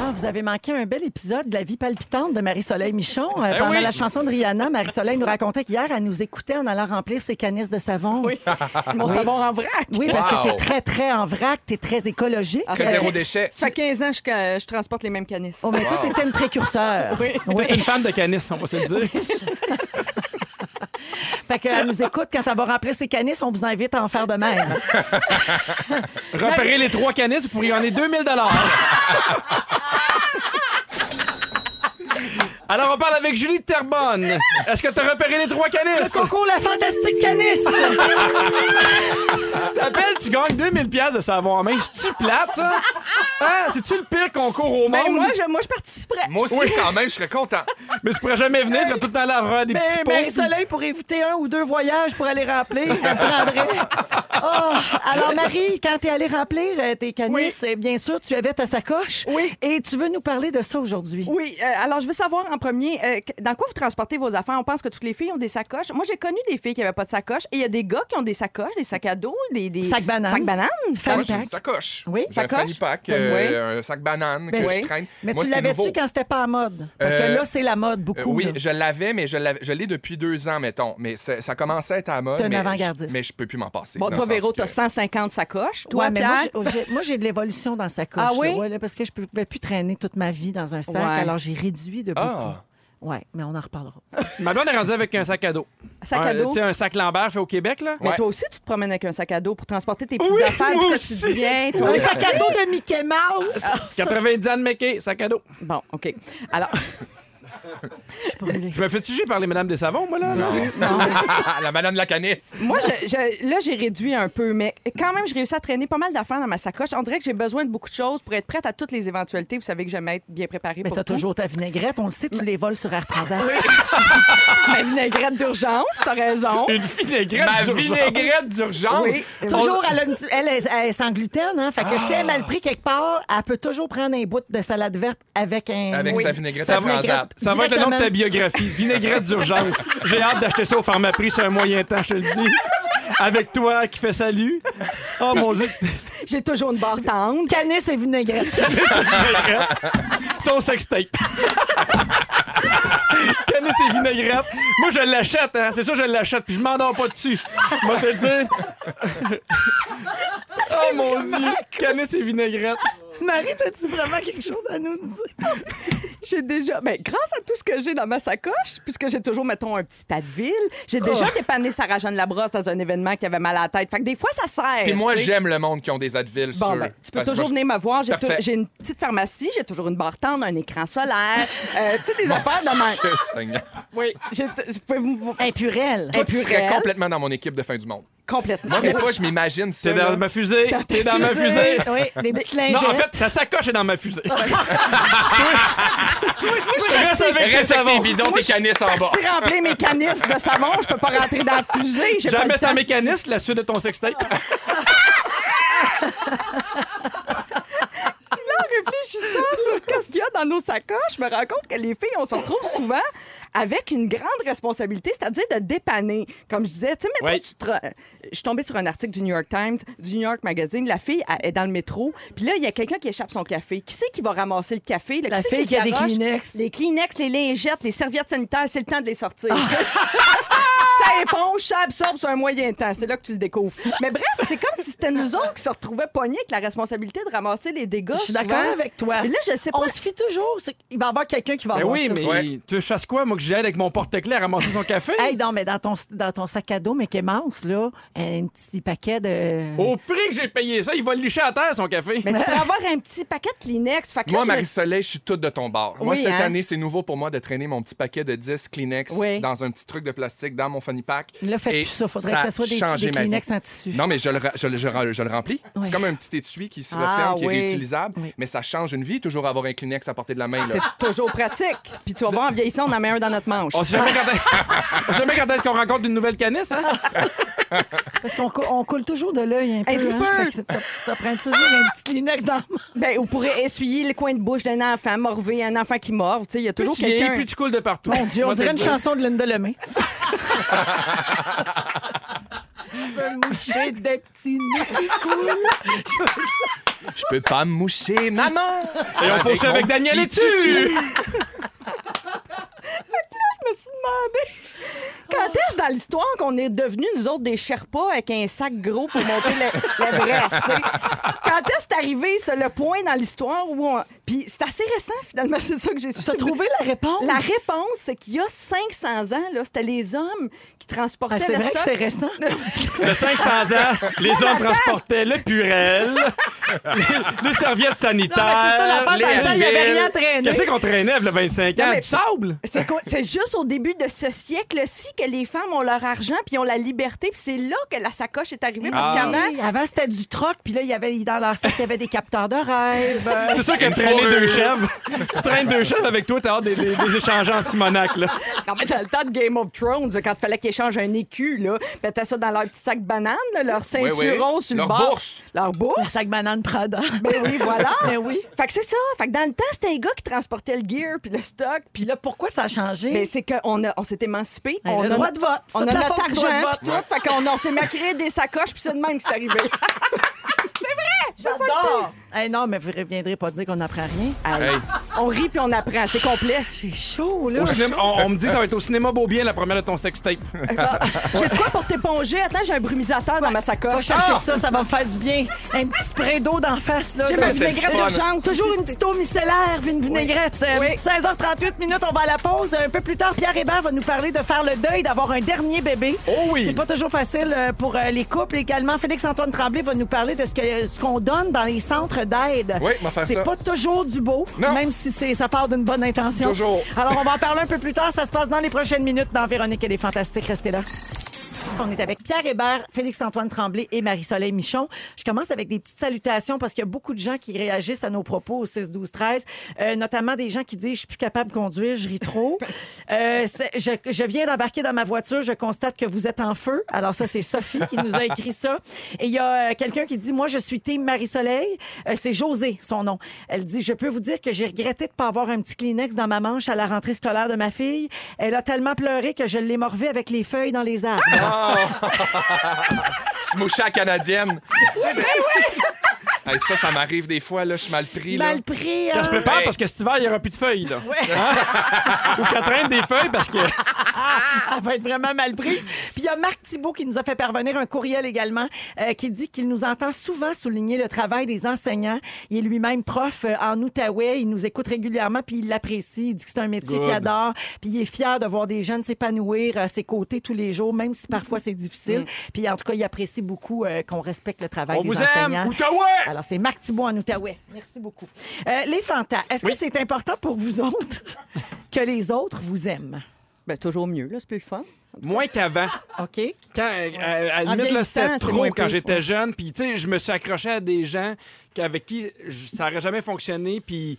Ah, vous avez manqué un bel épisode de la vie palpitante de Marie-Soleil Michon. Euh, Ben pendant oui. la chanson de Rihanna, Marie-Soleil nous racontait qu'hier, elle nous écoutait en allant remplir ses canisses de savon. Oui, Mon savoir en vrac. parce Wow. que t'es très, très en vrac, t'es très écologique. Ah, Que Euh, zéro déchet. Ça fait 15 ans que je transporte les mêmes canisses. Oh, mais toi, Wow. t'étais une précurseur. Oui. Oui. T'es une femme de canis, on va se le dire. Fait qu'elle nous écoute quand elle va remplir ses canisses, on vous invite à en faire de même. Repérer les trois canis, vous pourriez gagner 2000 Alors, on parle avec Julie de Terbonne. Est-ce que t'as repéré les trois canis? Coco, la fantastique canisse! T'appelles, tu gagnes 2000 pièces de savon en main. C'est-tu plate, ça? Hein? C'est-tu le pire concours au monde? Ben, moi, je, moi, je participerais. Moi aussi, quand même, je serais content. Mais tu pourrais jamais venir, tu vas tout le temps là avoir des petits Ben, pots. Marie-Soleil, pour éviter un ou deux voyages pour aller remplir, elle <laughs> prendrait. Oh, alors, Marie, quand t'es allée remplir euh, tes canisses, eh bien sûr, tu avais ta sacoche. Oui. Et tu veux nous parler de ça aujourd'hui. Oui, euh, alors je veux savoir en premier, euh, que- dans quoi vous transportez vos affaires? On pense que toutes les filles ont des sacoches. Moi, j'ai connu des filles qui n'avaient pas de sacoche et il y a des gars qui ont des sacoches, des sacs à dos, des. des... Sac banane. Sac banane. Moi, Fanny j'ai une pack. sacoche. Oui, J'ai un sacoche. fanny pack, euh, un sac banane Ben que oui. je traîne. Mais Moi, tu c'est nouveau. l'avais-tu quand c'était pas en mode? Parce que Euh, là, c'est la mode Euh, beaucoup. oui, là. je l'avais, mais je l'avais- je l'ai depuis deux ans, mettons. Mais ça, ça commençait à être à la mode. T'es un mais avant-gardiste. je- Mais je peux plus m'en passer. Bon, dans toi, le sens Véro, que- t'as 150 sacoches. Toi, Ouais, mais Pierre. moi, j'ai- j'ai- moi, j'ai de l'évolution dans sa coche. Ah là, oui? ouais, là, parce que je ne pouvais plus traîner toute ma vie dans un sac, Ouais. Ah alors j'ai réduit de beaucoup. Ah. Ouais, mais on en reparlera. Ma blonde est rendue avec un sac à dos. Sac à Un- dos. Tu sais, un sac Lambert fait au Québec, là. Mais Ouais. toi aussi, tu te promènes avec un sac à dos pour transporter tes petites Oui, affaires du moi quotidien. Toi Un aussi. sac à dos de Mickey Mouse! Ah, 90 ans de Mickey, sac à dos. Bon, OK. Alors, <laughs> Je me fais tuer par les madames des savons, moi, là. là? <laughs> la madame de la canisse. moi, je- je- là, j'ai réduit un peu, mais quand même, je réussis à traîner pas mal d'affaires dans ma sacoche. On dirait que j'ai besoin de beaucoup de choses pour être prête à toutes les éventualités. Vous savez que j'aime être bien préparée Mais pour t'as tout. toujours ta vinaigrette, on le sait, tu les voles sur Air Transat. Ma vinaigrette d'urgence, t'as raison. Une vinaigrette Ma d'urgence. vinaigrette d'urgence. Oui. Toujours, elle, a une petite- elle, elle- elle est sans gluten, hein. Fait que si elle est mal pris quelque part, elle peut toujours prendre un bout de salade verte avec un. Avec sa vinaigrette à transat. Ça va être le nom de ta Directement. biographie, Vinaigrette d'urgence. J'ai hâte d'acheter ça au Pharmaprix sur un moyen temps, je te le dis. Avec toi qui fais salut. Oh mon Dieu. J'ai toujours une barre tendre. Canis et vinaigrette. <laughs> Son sextape. <laughs> Canis et vinaigrette. Moi, je l'achète, hein. C'est ça, je l'achète, puis je m'endors pas dessus. Moi, te le dire. <laughs> oh mon Dieu. Canis et vinaigrette. Marie, t'as-tu vraiment quelque chose à nous dire? <laughs> J'ai déjà, ben, grâce à tout ce que j'ai dans ma sacoche, puisque j'ai toujours, mettons, un petit Advil, j'ai Oh. déjà dépanné Sarah-Jeanne Labrosse dans un événement qui avait mal à la tête. Fait que des fois, ça sert. Puis moi, tu sais. j'aime le monde qui ont des Advil Bon, sur- ben, tu peux parce que toujours moi, venir me voir. J'ai tou- Parfait. J'ai une petite pharmacie, j'ai toujours une barre tendre, un écran solaire, euh, tu sais, des affaires de même. je- Seigneur. Oui, j'ai t- je peux vous- Un purel. Toi, tu serais purel. complètement dans mon équipe de fin du monde. complètement. Moi, des fois, je m'imagine ça. T'es <laughs> dans là. ma fusée. T'es dans ma fusée. Oui, des petites lingettes. Non, en fait, sa sacoche est dans ma fusée. Reste avec les avec tes savons. bidons, tes canisses en bas. Si remplir mes canisses de savon, je peux pas rentrer dans la fusée. j'ai pas Jamais le sans temps. mécanisme, la suite de ton sextape. en réfléchissant sur qu'est-ce qu'il y a dans nos sacoches, je me rends compte que les filles, on se retrouve souvent avec une grande responsabilité, c'est-à-dire de dépanner. Comme je disais, tu sais, mettons, Ouais. tu te re- je suis tombée sur un article du New York Times, du New York Magazine. La fille elle est dans le métro, puis là, il y a quelqu'un qui échappe son café. Qui c'est qui va ramasser le café? là? La c'est fille qui a des garoche? Kleenex. Les Kleenex, les lingettes, les serviettes sanitaires, c'est le temps de les sortir. Ah. <laughs> ça éponge, ça absorbe sur un moyen temps. C'est là que tu le découvres. Mais bref, c'est comme si c'était nous autres qui se retrouvaient pognés avec la responsabilité de ramasser les dégâts. je suis souvent. d'accord avec toi. Mais là, je sais pas. On se fie toujours. sur- Il va y avoir quelqu'un qui va Ben avoir oui, ça. mais Ouais. tu veux que je fasse quoi, moi, que j'aide avec mon porte-clés à ramasser son café? <laughs> Hey, non, mais dans ton, dans ton sac à dos, mais qui est mince, là, un petit paquet de. Au prix que j'ai payé ça, il va le licher à terre, son café. Mais tu peux avoir un petit paquet de Kleenex. Fait que là, Moi, je me- Marie-Soleil, je suis toute de ton bord. Moi, Oui, cette hein? année, c'est nouveau pour moi de traîner mon petit paquet de 10 Kleenex Oui. dans un petit truc de plastique dans mon fanny pack. Là, faites Et plus ça. Faudrait ça que ce soit a des, changé des ma vie. Kleenex en tissu. Non, mais je le, ra- je le- je le- je le remplis. Oui. C'est comme un petit étui qui se Ah, referme, qui oui. est réutilisable. Mais ça change une vie, toujours avoir un Kleenex à portée de la main. là. c'est toujours pratique. Puis tu vas voir, en vieillissant, on en met un dans notre manche. On sait jamais <laughs> quand, est... on sait jamais quand est-ce qu'on rencontre une nouvelle canisse, hein? Ah, Parce qu'on cou- on coule toujours de l'œil un peu. petit hein. peu. Fait que c'est- t'as- T'apprends toujours un petit Kleenex dans Ben, on pourrait essuyer le coin de bouche d'un enfant morvé, un enfant qui morve. Tu sais, il y a Plus toujours tu vieillis, quelqu'un. plus tu coules de partout. Mon Dieu, on Moi, dirait t'as une dit- chanson de Linda Lemay. Je veux me moucher des petits nez qui coulent. Je peux pas me moucher, maman! Et mon on poursuit Ah ben, avec Daniel petit Etu! Je me suis demandé quand est-ce dans l'histoire qu'on est devenus, nous autres, des Sherpas avec un sac gros pour monter le- l'Everest? tu sais? quand est-ce arrivé ce- le point dans l'histoire où on. Puis c'est assez récent, finalement, c'est ça que j'ai su. T'as trouvé la réponse? La réponse, c'est qu'il y a 500 ans, là, c'était les hommes qui transportaient Ah, c'est le vrai que stock. c'est récent. <laughs> De 500 ans, les <laughs> hommes transportaient le purel, les, les serviettes sanitaires, Non, mais c'est ça, l'affaire, les dans le temps, il y avait Advil. rien à traîner. Qu'est-ce qu'on traînait, le 25 Non, ans? mais- Du sable? C'est quoi- c'est juste au début de ce siècle-ci que les femmes ont leur argent puis ont la liberté. Puis c'est là que la sacoche est arrivée. Parce Ah. qu'avant, Oui, Avant, c'était du troc, puis là, il y avait, dans leur sac, il y avait des capteurs de rêve. <laughs> C'est sûr que traîner deux chèvres, tu traînes deux chèvres avec toi, t'as hâte des, des, des échanges en Simonac, là. Non, mais dans le temps de Game of Thrones, quand il fallait qu'ils échangent un écu, là, ils mettaient ça dans leur petit sac banane, là, leur ceinturon oui. sur le Leur bord. bourse. Leur bourse. Leur sac banane Prada. Ben oui, voilà. Ben oui. Fait que c'est ça. Fait que dans le temps, c'était un gars qui transportait le gear puis le stock. Puis Puis là, pourquoi ça a changé? Mais c'est qu'on a- on s'est émancipé. Hey, on le a droit de vote. C'est On a toute la notre faute du droit de argent. vote. puis tout. Fait qu'on on s'est mis à créer des sacoches, puis c'est de même que c'est arrivé. J'adore! Eh non, mais vous ne reviendrez pas dire qu'on n'apprend rien. Hey, on rit, puis on apprend. C'est complet. C'est chaud, là. Au cinéma- on, on me dit que ça va être au cinéma beau bien la première de ton sextape. Ah. J'ai de quoi pour t'éponger. Attends, j'ai un brumisateur dans ma Va sacoche. Ah! chercher ça, ça va me faire du bien. Un petit spray d'eau d'en face, là. J'ai Ça, ma c'est le vinaigrette fun. de chambre. Toujours une petite eau micellaire puis une vinaigrette. Euh, Oui. 16h38 minutes, on va à la pause. Un peu plus tard, Pierre Hébert va nous parler de faire le deuil d'avoir un dernier bébé. Oh oui. C'est pas toujours facile euh, pour euh, les couples. Également, Félix-Antoine Tremblay va nous parler de ce que euh, ce qu'on donne dans les centres d'aide. Oui, on va faire C'est ça. pas toujours du beau, Non. même si c'est ça part d'une bonne intention. Toujours. Alors, on va en parler un peu plus tard. Ça se passe dans les prochaines minutes dans Véronique et les Fantastiques. Restez là. On est avec Pierre Hébert, Félix-Antoine Tremblay et Marie-Soleil Michon. Je commence avec des petites salutations parce qu'il y a beaucoup de gens qui réagissent à nos propos au 6, 12, 13, euh, notamment des gens qui disent Je suis plus capable de conduire, je ris trop. Euh, c'est- je, je viens d'embarquer dans ma voiture, je constate que vous êtes en feu. Alors, ça, c'est Sophie qui nous a écrit ça. Et il y a euh, quelqu'un qui dit Moi, je suis team Marie-Soleil. Euh, c'est José, son nom. Elle dit Je peux vous dire que j'ai regretté de ne pas avoir un petit Kleenex dans ma manche à la rentrée scolaire de ma fille. Elle a tellement pleuré que je l'ai morvée avec les feuilles dans les arbres. se moucher à la canadienne. Tu sais, <laughs> Hey, ça, ça m'arrive des fois, là, je suis mal pris. là. Mal pris. Ça se hein? prépare Ben. Hey. parce que cet hiver, il n'y aura plus de feuilles. Là. Hein? Ou qu'elle traîne des feuilles parce que. Ah! Elle va être vraiment mal prise. Puis il y a Marc Thibault qui nous a fait parvenir un courriel également euh, qui dit qu'il nous entend souvent souligner le travail des enseignants. Il est lui-même prof euh, en Outaouais. Il nous écoute régulièrement puis il l'apprécie. Il dit que c'est un métier qu'il Good. adore. Puis il est fier de voir des jeunes s'épanouir euh, à ses côtés tous les jours, même si parfois c'est difficile. Puis en tout cas, il apprécie beaucoup euh, qu'on respecte le Ah, travail Mm. On des vous aime. enseignants. Outaouais! Alors, c'est Marc Thibault en Outaouais. Merci beaucoup. Euh, les fantas, est-ce que c'est important pour vous autres <laughs> que les autres vous aiment? Ben, toujours mieux, là, c'est plus le fun. Moins qu'avant. OK? Quand, euh, à, à la En limite, là, vieillissant, c'était c'est trop moins quand pire, j'étais ouais. jeune. Puis, tu sais, je me suis accroché à des gens qui- avec qui je- ça n'aurait jamais fonctionné. Puis,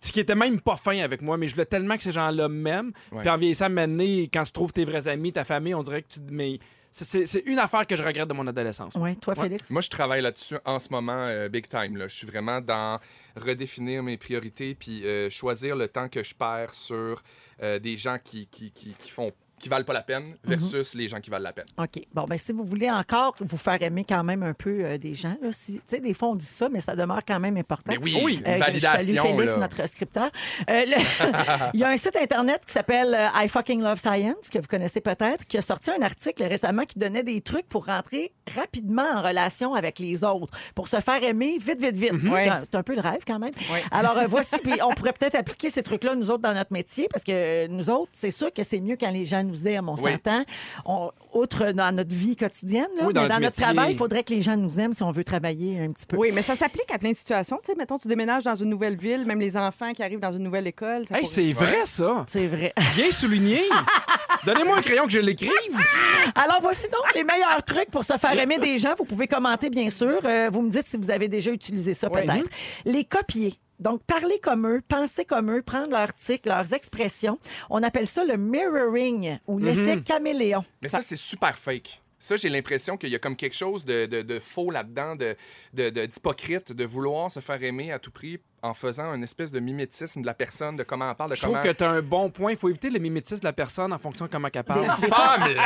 tu sais, qui étaient même pas fins avec moi. Mais je voulais tellement que ces gens-là m'aiment. Ouais. Puis, en vieillissant, maintenant, quand tu trouves tes vrais amis, ta famille, on dirait que tu. Mais c'est- c'est c'est une affaire que je regrette de mon adolescence. Oui, toi, Félix? Moi, je travaille là-dessus en ce moment, euh, big time. là. Je suis vraiment dans redéfinir mes priorités puis euh, choisir le temps que je perds sur euh, des gens qui, qui, qui, qui font qui valent pas la peine versus les gens qui valent la peine. OK. Bon, ben si vous voulez encore vous faire aimer quand même un peu euh, des gens, là, si, tu sais, des fois, on dit ça, mais ça demeure quand même important. Mais oui, une Euh, je salue validation. Félix, là. notre scripteur. Euh, le- Il y a un site Internet qui s'appelle euh, I Fucking Love Science, que vous connaissez peut-être, qui a sorti un article récemment qui donnait des trucs pour rentrer rapidement en relation avec les autres, pour se faire aimer vite, vite, vite. C'est un- C'est un peu le rêve quand même. Alors, euh, voici, puis on pourrait peut-être appliquer ces trucs-là, nous autres, dans notre métier, parce que euh, nous autres, c'est sûr que c'est mieux quand les gens nous aiment, on Oui. s'entend. On- Outre dans notre vie quotidienne, là, Oui, dans mais dans notre notre métier. travail, il faudrait que les gens nous aiment si on veut travailler un petit peu. Oui, mais ça s'applique à plein de situations. Tu sais, mettons, tu déménages dans une nouvelle ville, même les enfants qui arrivent dans une nouvelle école. ça Hey, pourrait- c'est vrai, ça. C'est vrai. Bien <laughs> souligné. Donnez-moi un crayon que je l'écrive. Alors, voici donc les meilleurs trucs pour se faire aimer des gens. Vous pouvez commenter, bien sûr. Euh, vous me dites si vous avez déjà utilisé ça, Ouais. peut-être. Les copier. Donc, parler comme eux, penser comme eux, prendre leurs tics, leurs expressions. On appelle ça le mirroring ou Mhm. l'effet caméléon. Mais ça, c'est super fake. Ça, j'ai l'impression qu'il y a comme quelque chose de, de- de faux là-dedans, de- de- de- d'hypocrite, de, vouloir se faire aimer à tout prix en faisant une espèce de mimétisme de la personne, de comment elle parle, de Je trouve comment... que tu as un bon point. Il faut éviter le mimétisme de la personne en fonction de comment elle parle. Femme, là!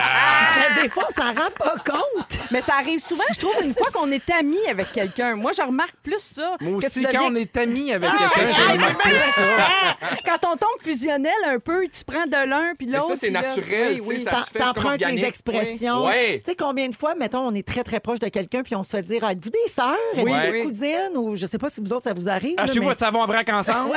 Mais des fois, on s'en rend pas compte. Mais ça arrive souvent, je trouve, une fois qu'on est amis avec quelqu'un. Moi, je remarque plus ça. Moi que tu aussi, deviens- Ah, quand on est amis avec quelqu'un, je remarque plus ça. Quand on tombe fusionnel un peu, tu prends de l'un puis de Mais l'autre. ça, c'est puis là- naturel, Oui, tu sais, oui. ça se fait, c'est comme T'empruntes organique. les expressions. Ouais. Tu sais, combien de fois, mettons, on est très, très proche de quelqu'un puis on se fait dire ah, Êtes-vous des sœurs Êtes-vous Oui. Ah, des Oui. cousines Ou je sais pas si vous autres, ça vous arrive. là, Achetez-vous mais- votre savon à vrac ensemble.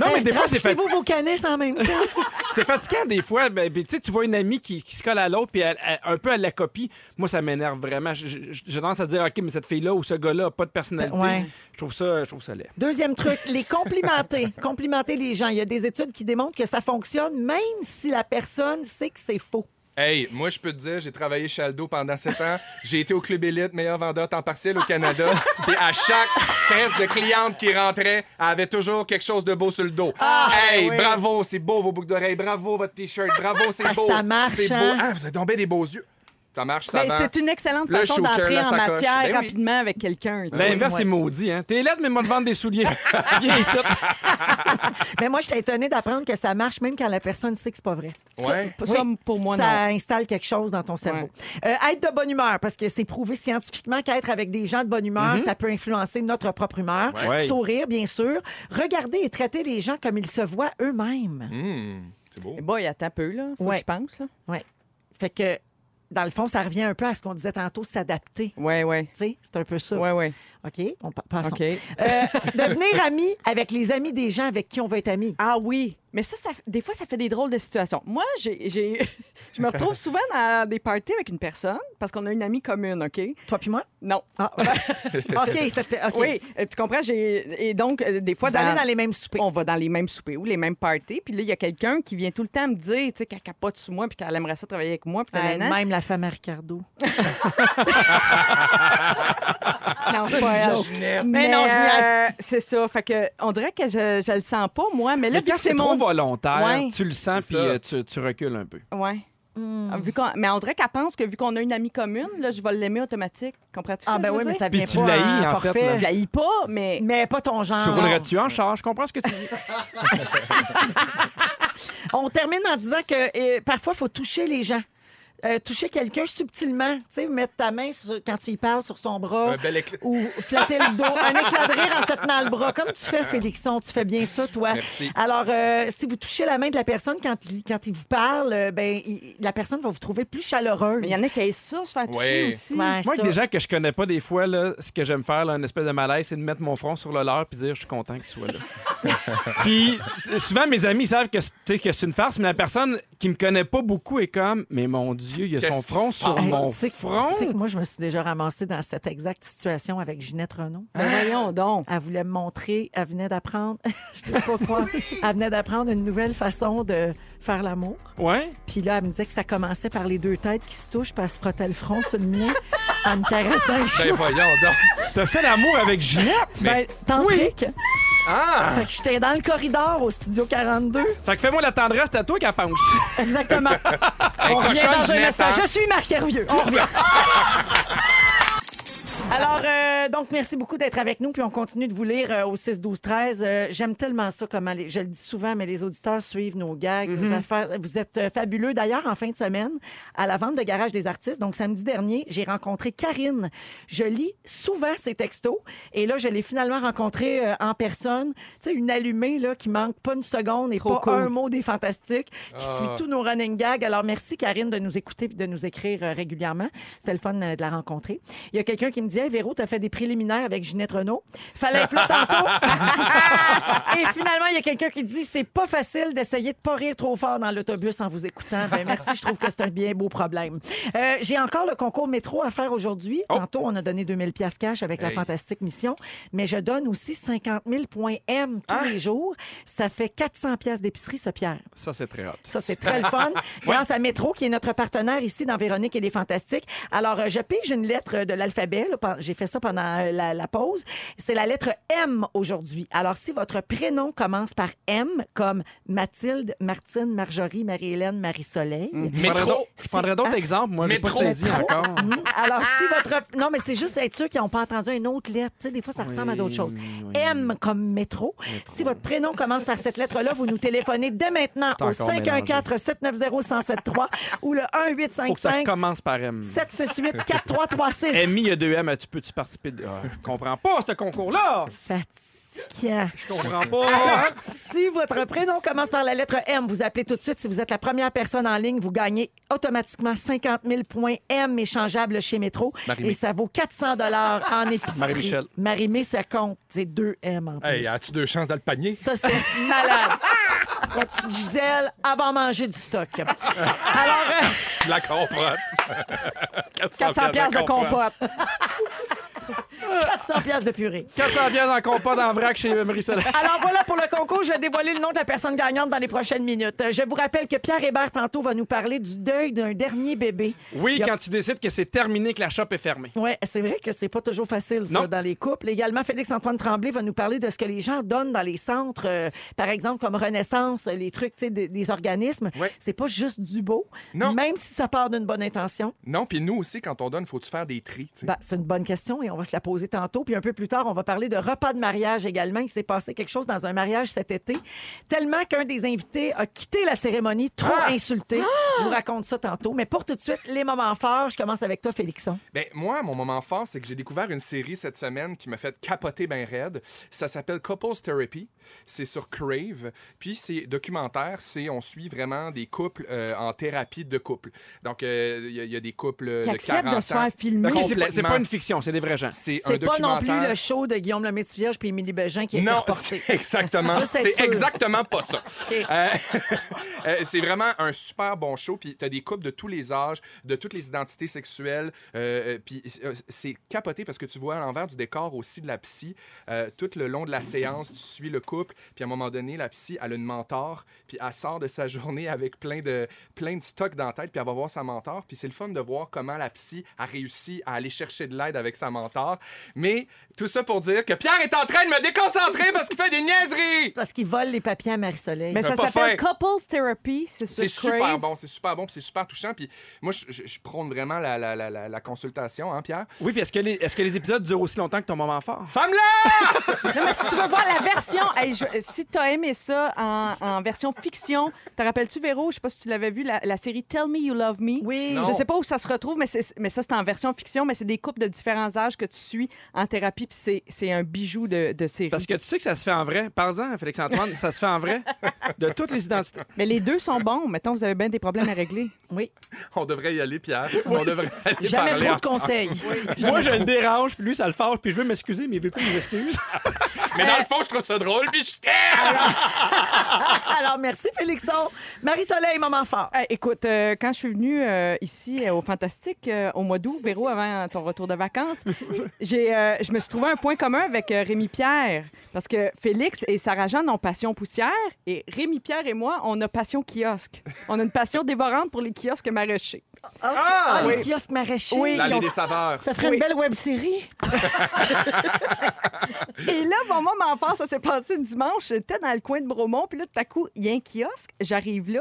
non, mais des fois, c'est fait... vous vos canisses en même temps. c'est fatigant. Des fois, ben, ben, tu sais, tu vois une amie qui, qui se colle à l'autre, puis elle- elle- un peu à la copie. Moi, ça m'énerve vraiment. Je- je- je- J'ai tendance à dire, OK, mais cette fille-là ou ce gars-là a pas de personnalité. Ouais. Je trouve ça, je trouve ça laid. Deuxième truc, les complimenter. <laughs> complimenter les gens. Il y a des études qui démontrent que ça fonctionne même si la personne sait que c'est faux. Hey, moi, je peux te dire, j'ai travaillé chez Aldo pendant 7 ans. J'ai été au Club Élite, meilleur vendeur temps partiel au Canada. <laughs> Et à chaque caisse de cliente qui rentrait, elle avait toujours quelque chose de beau sur le dos. Ah, ben hey, oui. bravo, c'est beau vos boucles d'oreilles. Bravo votre T-shirt. Bravo, c'est Ah, beau. ça marche, C'est beau. hein? Ah, vous avez tombé des beaux yeux. Ça marche, ça Ben, vend. c'est une excellente Le façon shooter, d'entrer la en sacoche. matière Ben oui. rapidement avec quelqu'un. tu sais. L'inverse, ouais. c'est maudit. Hein? T'es laide, mais moi, te vendre des <laughs> souliers. Viens ici. Mais moi, j'étais étonnée d'apprendre que ça marche même quand la personne sait que c'est pas vrai. Ouais. Ça, Oui, pour moi, ça non. installe quelque chose dans ton cerveau. Euh, être de bonne humeur, parce que c'est prouvé scientifiquement qu'être avec des gens de bonne Mhm. humeur, ça peut influencer notre propre humeur. Ouais. Sourire, bien sûr. Regarder et traiter les gens comme ils se voient eux-mêmes. Mhm. Hmm, c'est beau. Eh boy, attends un peu, là. Faut Ouais. que je pense, là. Fait que, dans le fond, ça revient un peu à ce qu'on disait tantôt, s'adapter. Ouais, ouais. Tu sais, C'est un peu ça. Ouais, ouais. OK, on pa- passons. OK. Euh, devenir ami avec les amis des gens avec qui on veut être ami. Ah oui, mais ça, ça, des fois, ça fait des drôles de situations. Moi, j'ai, j'ai- <laughs> je me retrouve souvent dans des parties avec une personne parce qu'on a une amie commune, OK? Toi puis moi? Non. Ah, <laughs> OK, ça fait- OK. Oui, euh, tu comprends? J'ai, et donc, euh, des fois, Vous allez dans les mêmes soupers. on va dans les mêmes soupers ou les mêmes parties. Puis là, il y a quelqu'un qui vient tout le temps me dire, tu sais, qu'elle capote sur moi puis qu'elle aimerait ça travailler avec moi. Puis Ouais, nanana. même la femme à Ricardo. Non, c'est pas Oh, elle. Ginette. Mais Mais, non, je me- euh, c'est ça. Fait que, on dirait que je, je le sens pas, moi. Mais là, Mais vu quand que c'est c'est trop mon. volontaire, Ouais. tu le sens, C'est puis ça. euh, tu, tu recules un peu. Ouais. Hmm. Ah, vu qu'on- mais on dirait qu'elle pense que vu qu'on a une amie commune, là, je vais l'aimer automatique. Comprends-tu? Ah ben oui, mais ça Puis vient tu pas l'haïs, en fait, forfait. là. Je l'haïs pas, mais. Mais pas ton Ah genre. Tu roulerais-tu en charge? Je comprends ce que tu Ben, dis. On termine en disant que euh, parfois, il faut toucher les gens. euh, toucher quelqu'un subtilement, tu sais, mettre ta main sur- quand tu y parles sur son bras Un bel éclat. ou flatter le dos, un éclat de rire en se tenant le bras, comme tu fais, Félixon, tu fais bien ça, toi. Merci. Alors, euh, si vous touchez la main de la personne quand il, quand il vous parle, euh, ben, il- la personne va vous trouver plus chaleureuse. Mais il y en a qui aiment ça, se faire toucher Ouais. aussi. Ouais, Moi, ça. avec des gens que je connais pas, des fois, là, ce que j'aime faire, là, une espèce de malaise, c'est de mettre mon front sur le leur puis dire je suis content que <laughs> tu sois là. puis euh, souvent, mes amis savent que, c'est- tu sais, que c'est une farce, mais la personne qui me connaît pas beaucoup est comme mais mon Dieu, il y a son Qu'est-ce qui front se sur passe? Hey, mon tu sais que- front. tu sais que moi, je me suis déjà ramassée dans cette exacte situation avec Ginette Renault. Ben voyons donc. Elle voulait me montrer, elle venait d'apprendre, <laughs> je peux pas croire, elle venait d'apprendre une nouvelle façon de faire l'amour. Ouais. Puis là, elle me disait que ça commençait par les deux têtes qui se touchent, puis elle se frottait le front sur le mien en me caressant les Ben cheveux. voyons donc. T'as fait l'amour avec Ginette. Ben, tantrique. Ah! Fait que j'étais dans le corridor au studio 42. Fait que fais-moi la tendresse, c'est à toi qu'elle pense. Exactement. Hey, On revient cochonne, dans un Ginette, instant. hein? Je suis Marc Hervieux. On revient. <laughs> Alors, euh, donc, merci beaucoup d'être avec nous. Puis on continue de vous lire euh, au 6-12-13. Euh, J'aime tellement ça, comment les- je le dis souvent, mais les auditeurs suivent nos gags, Mm-hmm. nos affaires. Vous êtes euh, fabuleux. D'ailleurs, en fin de semaine, à la vente de Garage des artistes, donc samedi dernier, j'ai rencontré Karine. Je lis souvent ses textos. Et là, je l'ai finalement rencontrée euh, en personne. Tu sais, une allumée là, qui manque pas une seconde et Trop pas cool. un mot des fantastiques, qui Ah. suit tous nos running gags. Alors, merci, Karine, de nous écouter et de nous écrire euh, régulièrement. C'était le fun euh, de la rencontrer. Il y a quelqu'un qui me dit Hey, Véro, t'as fait des préliminaires avec Ginette Renault. Fallait être là tantôt. <laughs> et finalement, il y a quelqu'un qui dit C'est pas facile d'essayer de pas rire trop fort dans l'autobus en vous écoutant. Ben, merci, je trouve que c'est un bien beau problème. Euh, J'ai encore le concours métro à faire aujourd'hui. Tantôt, on a donné 2000 pièces cash avec la Hey. fantastique mission. Mais je donne aussi 50 000 points M tous les jours. Ça fait 400 pièces d'épicerie, ce Pierre. Ça, c'est très hot. Ça, c'est très le fun. Grâce à Métro, qui est notre partenaire ici dans Véronique et les Fantastiques. Alors, euh, je pige une lettre euh, de l'alphabet. là, pen- J'ai fait ça pendant euh, la, la pause. C'est la lettre M aujourd'hui. Alors, si votre prénom commence par M, comme Mathilde, Martine, Marjorie, Marie-Hélène, Marie-Soleil. Je prendrais Métro. Hein? d'autres- Je prendrais d'autres Ah. exemples. Moi, j'ai pas Métro. saisi encore. <laughs> Mhm. Alors, si votre. Non, mais c'est juste être sûr qu'ils n'ont pas entendu une autre lettre. Tu sais, des fois, ça ressemble à d'autres choses. M comme métro. Si votre prénom commence par cette lettre-là, vous nous téléphonez dès maintenant T'as au encore mélangé. 514-790-1073 ou le Faut que ça 1855 commence par M. 768 4336. Amy, il y a deux M. Tu peux-tu participer? de- Ah, je comprends pas ce concours-là. Fatigant. Je comprends pas. Si votre prénom commence par la lettre M, vous appelez tout de suite. Si vous êtes la première personne en ligne, vous gagnez automatiquement 50 000 points M échangeables chez Métro. Marie-Mé. Et ça vaut 400 dollars en épicerie. Marie-Michel. Marie-Mé, ça compte. C'est 2 M en plus. Hey, as-tu deux chances dans le panier? Ça, c'est malade. La petite Gisèle avant manger du stock. Alors, euh, La compote. 400 piastres de compote. euh, 400 pièces de purée. 400 pièces en compas dans vrac chez Emery Soleil. Alors voilà pour le concours. Je vais dévoiler le nom de la personne gagnante dans les prochaines minutes. Euh, Je vous rappelle que Pierre Hébert, tantôt, va nous parler du deuil d'un dernier bébé. Oui, Yep. quand tu décides que c'est terminé, que la shop est fermée. Oui, c'est vrai que c'est pas toujours facile, ça, Non. dans les couples. Également, Félix-Antoine Tremblay va nous parler de ce que les gens donnent dans les centres, euh, par exemple, comme Renaissance, euh, les trucs, tu sais, des, des organismes. Ouais. C'est pas juste du beau. Non. Même si ça part d'une bonne intention. Non, puis nous aussi, quand on donne, faut-tu faire des tris? tu sais? Ben, c'est une bonne question et on va se la poser tantôt. Puis un peu plus tard, on va parler de repas de mariage également. Il s'est passé quelque chose dans un mariage cet été, tellement qu'un des invités a quitté la cérémonie, trop Ah! insulté. Je vous raconte ça tantôt. Mais pour tout de suite, les moments forts, je commence avec toi, Félixon. Ben, moi, mon moment fort, c'est que j'ai découvert une série cette semaine qui m'a fait capoter ben raide. Ça s'appelle Couples Therapy. C'est sur Crave. Puis c'est documentaire. C'est on suit vraiment des couples euh, en thérapie de couple. Donc euh, il y, a- il y a des couples euh, Qui de acceptent 40 de se faire ans. filmer. Ok, c'est pas- c'est Complètement. pas une fiction, c'est des vrais gens. C'est un C'est pas non plus documentaire. le show de Guillaume le Métivierge puis Émilie Bégin qui a été Non, reporté. c'est <laughs> <laughs> exactement. Juste être C'est sûr. exactement pas ça. Euh, <laughs> euh, c'est vraiment un super bon show. Puis t'as des couples de tous les âges, de toutes les identités sexuelles. euh, euh, puis euh, c'est capoté parce que tu vois à l'envers du décor aussi de la psy. Euh, tout le long de la séance, tu suis le couple. Puis à un moment donné, la psy, elle a une mentor. Puis elle sort de sa <laughs> journée avec plein de, plein de stock dans la tête. Puis elle va voir sa mentor. Puis c'est le fun de voir comment la psy a réussi à aller chercher de l'aide avec sa mentor. Mais tout ça pour dire que Pierre est en train de me déconcentrer parce qu'il fait des niaiseries. Parce qu'il vole les papiers à Marie-Soleil. Mais ça pas s'appelle fin. Couples Therapy, c'est sur C'est super Crave. bon, c'est super bon, puis c'est super touchant. Puis moi, je, je- je prône vraiment la, la- la- la- la consultation, hein, Pierre? Oui, puis est-ce que, les, est-ce que les épisodes durent aussi longtemps que ton moment fort? Femme-là! Non, mais si tu veux voir la version, hey, je- si t'as aimé ça en, en version fiction, te rappelles-tu, Véro, je sais pas si tu l'avais vu, la, la série Tell Me You Love Me? Oui. Non. Je sais pas où ça se retrouve, mais, c'est- mais ça, c'est en version fiction, mais c'est des couples de différents âges que tu suis en thérapie, puis c'est- c'est un bijou de, de série. Parce que tu sais que ça se fait en vrai. Par-en, Félix-Antoine, ça se fait en vrai. De toutes les identités. Mais les deux sont bons. Mettons, vous avez bien des problèmes à régler. Oui. <laughs> On devrait y aller, Pierre. On devrait aller Jamais parler trop de ensemble. conseils. Moi, je le dérange, puis lui, ça le fâche, puis je veux m'excuser, mais il veut plus mes excuses. Mais dans le fond, je trouve ça drôle, puis je t'aime! <laughs> Alors, merci, Félixon. Marie-Soleil, moment fort. Eh, écoute, euh, quand je suis venue euh, ici euh, au Fantastique euh, au mois d'août, Véro, avant ton retour de vacances, j'ai, euh, je me suis trouvé un point commun avec euh, Rémi Pierre. Parce que Félix et Sarah Jeanne ont passion poussière et Rémi Pierre et moi, on a passion kiosque. On a une passion dévorante pour les kiosques maraîchers. Ah, Ah! les kiosques maraîchers. Oui. L'allée Ils ont- des saveurs. Ça ferait Oui. une belle web série. Et là, mon moment fort, ça s'est passé dimanche. J'étais dans le coin de Bromont, puis là, tout à coup, il y a un kiosque. J'arrive là,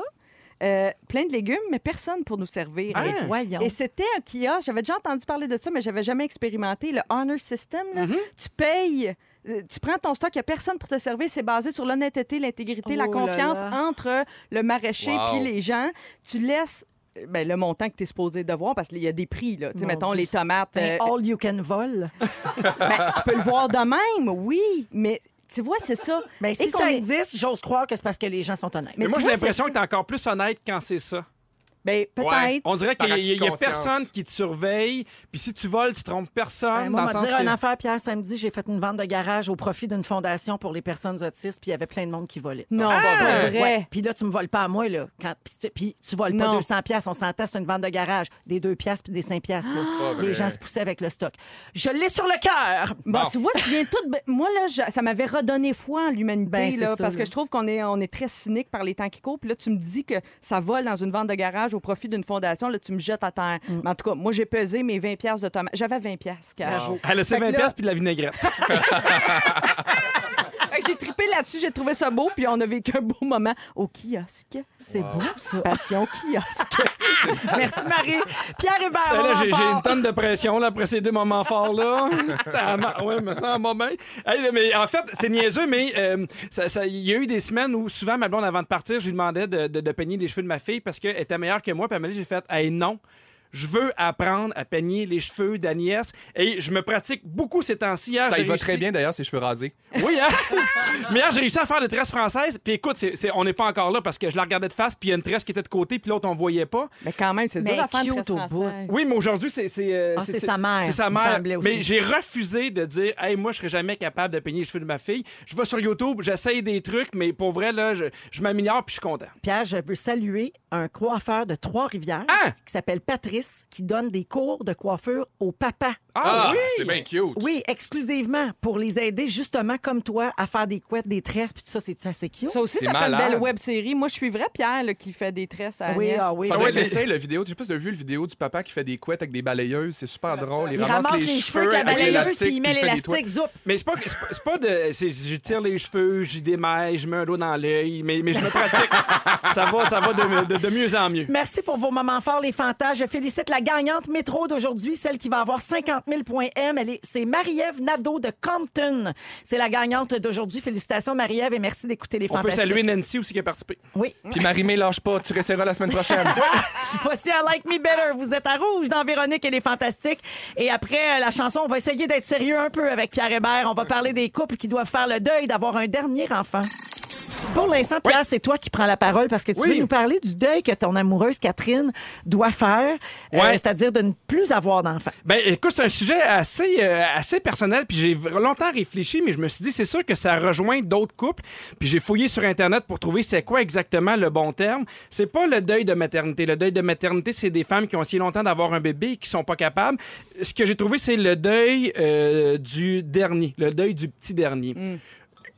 euh, plein de légumes, mais personne pour nous servir. Ah! Mais voyons. Et c'était un kiosque. J'avais déjà entendu parler de ça, mais j'avais jamais expérimenté. Le honor system, là. Mm-hmm. tu payes. euh, Tu prends ton stock, il n'y a personne pour te servir. C'est basé sur l'honnêteté, l'intégrité, la Oh là confiance là. entre le maraîcher Wow. puis les gens. Tu laisses euh, ben, le montant que tu es supposé devoir parce qu'il y a des prix. Là. Tu sais, Mon mettons Dieu, les tomates. c'est euh, un all you can vol. ben, tu peux le voir de même, oui, mais tu vois, c'est ça. Ben, si Et qu'on ça est- existe, j'ose croire que c'est parce que les gens sont honnêtes. Mais tu moi, j'ai vois, l'impression c'est- que t'es encore plus honnête quand c'est ça. Ben, peut-être. On dirait qu'il Par acquis y, de a- y a conscience. personne qui te surveille, puis si tu voles, tu trompes personne. Ben, moi, dans le m'a sens dire que... une affaire, Pierre, samedi, j'ai fait une vente de garage au profit d'une fondation pour les personnes autistes, puis il y avait plein de monde qui volait. Non, c'est pas Ouais. vrai. Ouais. Puis là, tu me voles pas à moi, là. Quand... Puis, tu... puis tu voles pas Non. 200 pièces, on s'entend, c'est une vente de garage. Des 2 pièces puis des 5 pièces. Ah! là. pas vrai. Les gens se poussaient avec le stock. Je l'ai sur le cœur! Bon, Bon. Bah, tu vois, tu viens tout. ben, Moi, là, je- ça m'avait redonné foi en l'humanité, Ben, c'est là, ça, parce là. que je trouve qu'on est, on est très cynique par les temps qui courent. Puis là, tu me dis que ça vole dans une vente de garage au profit d'une fondation. Là, tu me jettes à terre. Mm. Mais en tout cas, moi, j'ai pesé mes 20 pièces de tomates. J'avais 20 pièces, Caro. <laughs> Ah, Elle a ses Fait que 20 là- pièces puis de <laughs> la vinaigrette. Ah, Fait que J'ai tripé là-dessus, j'ai trouvé ça beau, puis on a vécu un beau moment au kiosque. C'est beau, ça. Passion kiosque. Merci, Marie. <laughs> Pierre Hébert, Ben Là, moment j'ai, j'ai fort. une tonne de pression là, après ces deux moments <laughs> forts là. Ah, ma- ouais, mais ah, mon ben. Hey, mais en fait, c'est niaiseux, mais euh, ça- ça- il y a eu des semaines où souvent ma blonde avant de partir, je lui demandais de, de- de peigner les cheveux de ma fille parce qu'elle était meilleure que moi. Puis elle m'a dit, j'ai fait, hey non. Je veux apprendre à peigner les cheveux d'Agnès et je me pratique beaucoup ces temps-ci. Ah, Hier, Ça j'ai y va réussi- très bien, d'ailleurs, ces cheveux rasés. Oui, hein? <laughs> Mais hier, j'ai réussi à faire des tresses françaises. Puis écoute, c'est- c'est- on n'est pas encore là parce que je la regardais de face, puis il y a une tresse qui était de côté, puis l'autre, on voyait pas. Mais quand même, c'est Mais dur à faire cute une presse au bout. française. Oui, mais aujourd'hui, c'est. C'est euh, Ah, c'est c'est- sa mère, C'est sa il me mère. semblait aussi. Mais j'ai refusé de dire, hey, moi, je serais jamais capable de peigner les cheveux de ma fille. Je vais sur YouTube, j'essaye des trucs, mais pour vrai, là, je, je m'améliore, puis je suis content. Pierre, je veux saluer un coiffeur de Trois-Rivières Hein? qui s'appelle Patrice, qui donne des cours de coiffure aux papas. Ah, c'est bien cute. Oui, exclusivement pour les aider justement comme toi à faire des couettes, des tresses, puis tout ça, c'est assez cute. Ça aussi, C'est ça fait malade. une belle web série. Moi, je suis vrai Pierre là, qui fait des tresses à Agnès. oui, ah oui. Faudrait Ouais, que t'essayes la vidéo. Je sais pas si t'as vu la vidéo du papa qui fait des couettes avec des balayeuses. C'est super drôle. Il ramasse les cheveux avec la balayeuse, puis il met fait des l'élastique, zoup. Mais c'est pas, c'est pas- c'est pas de. c'est- Je tire les cheveux, j'y démaille, je mets un doigt dans l'œil, mais, mais je me pratique. <laughs> ça va, ça va de- de- de mieux en mieux. Merci pour vos moments forts, les fantas. Je félicite la gagnante métro d'aujourd'hui, celle qui va avoir 50 000 points M. Elle est- C'est Marie-Ève Nadeau de Compton. C'est la gagnante d'aujourd'hui. Félicitations, Marie-Ève, et merci d'écouter les On peut fantastiques. saluer Nancy aussi qui a participé. Oui. Puis Marie-Mé, lâche pas. Tu resteras la semaine <laughs> prochaine. Voici à Like Me Better. Vous êtes à rouge dans Véronique et les Fantastiques. Et après euh, la chanson, on va essayer d'être sérieux un peu avec Pierre Hébert. On va parler des couples qui doivent faire le deuil d'avoir un dernier enfant. Pour l'instant, Pierre, c'est toi qui prends la parole parce que tu Oui. veux nous parler du deuil que ton amoureuse Catherine doit faire, euh, Ouais. c'est-à-dire de ne plus avoir d'enfant. Ben, écoute, c'est un sujet assez, euh, assez personnel, puis j'ai v- longtemps réfléchi, mais je me suis dit, c'est sûr que ça rejoint d'autres couples, puis j'ai fouillé sur Internet pour trouver c'est quoi exactement le bon terme. C'est pas le deuil de maternité. Le deuil de maternité, c'est des femmes qui ont essayé longtemps d'avoir un bébé et qui sont pas capables. Ce que j'ai trouvé, c'est le deuil euh, du dernier, le deuil du petit dernier.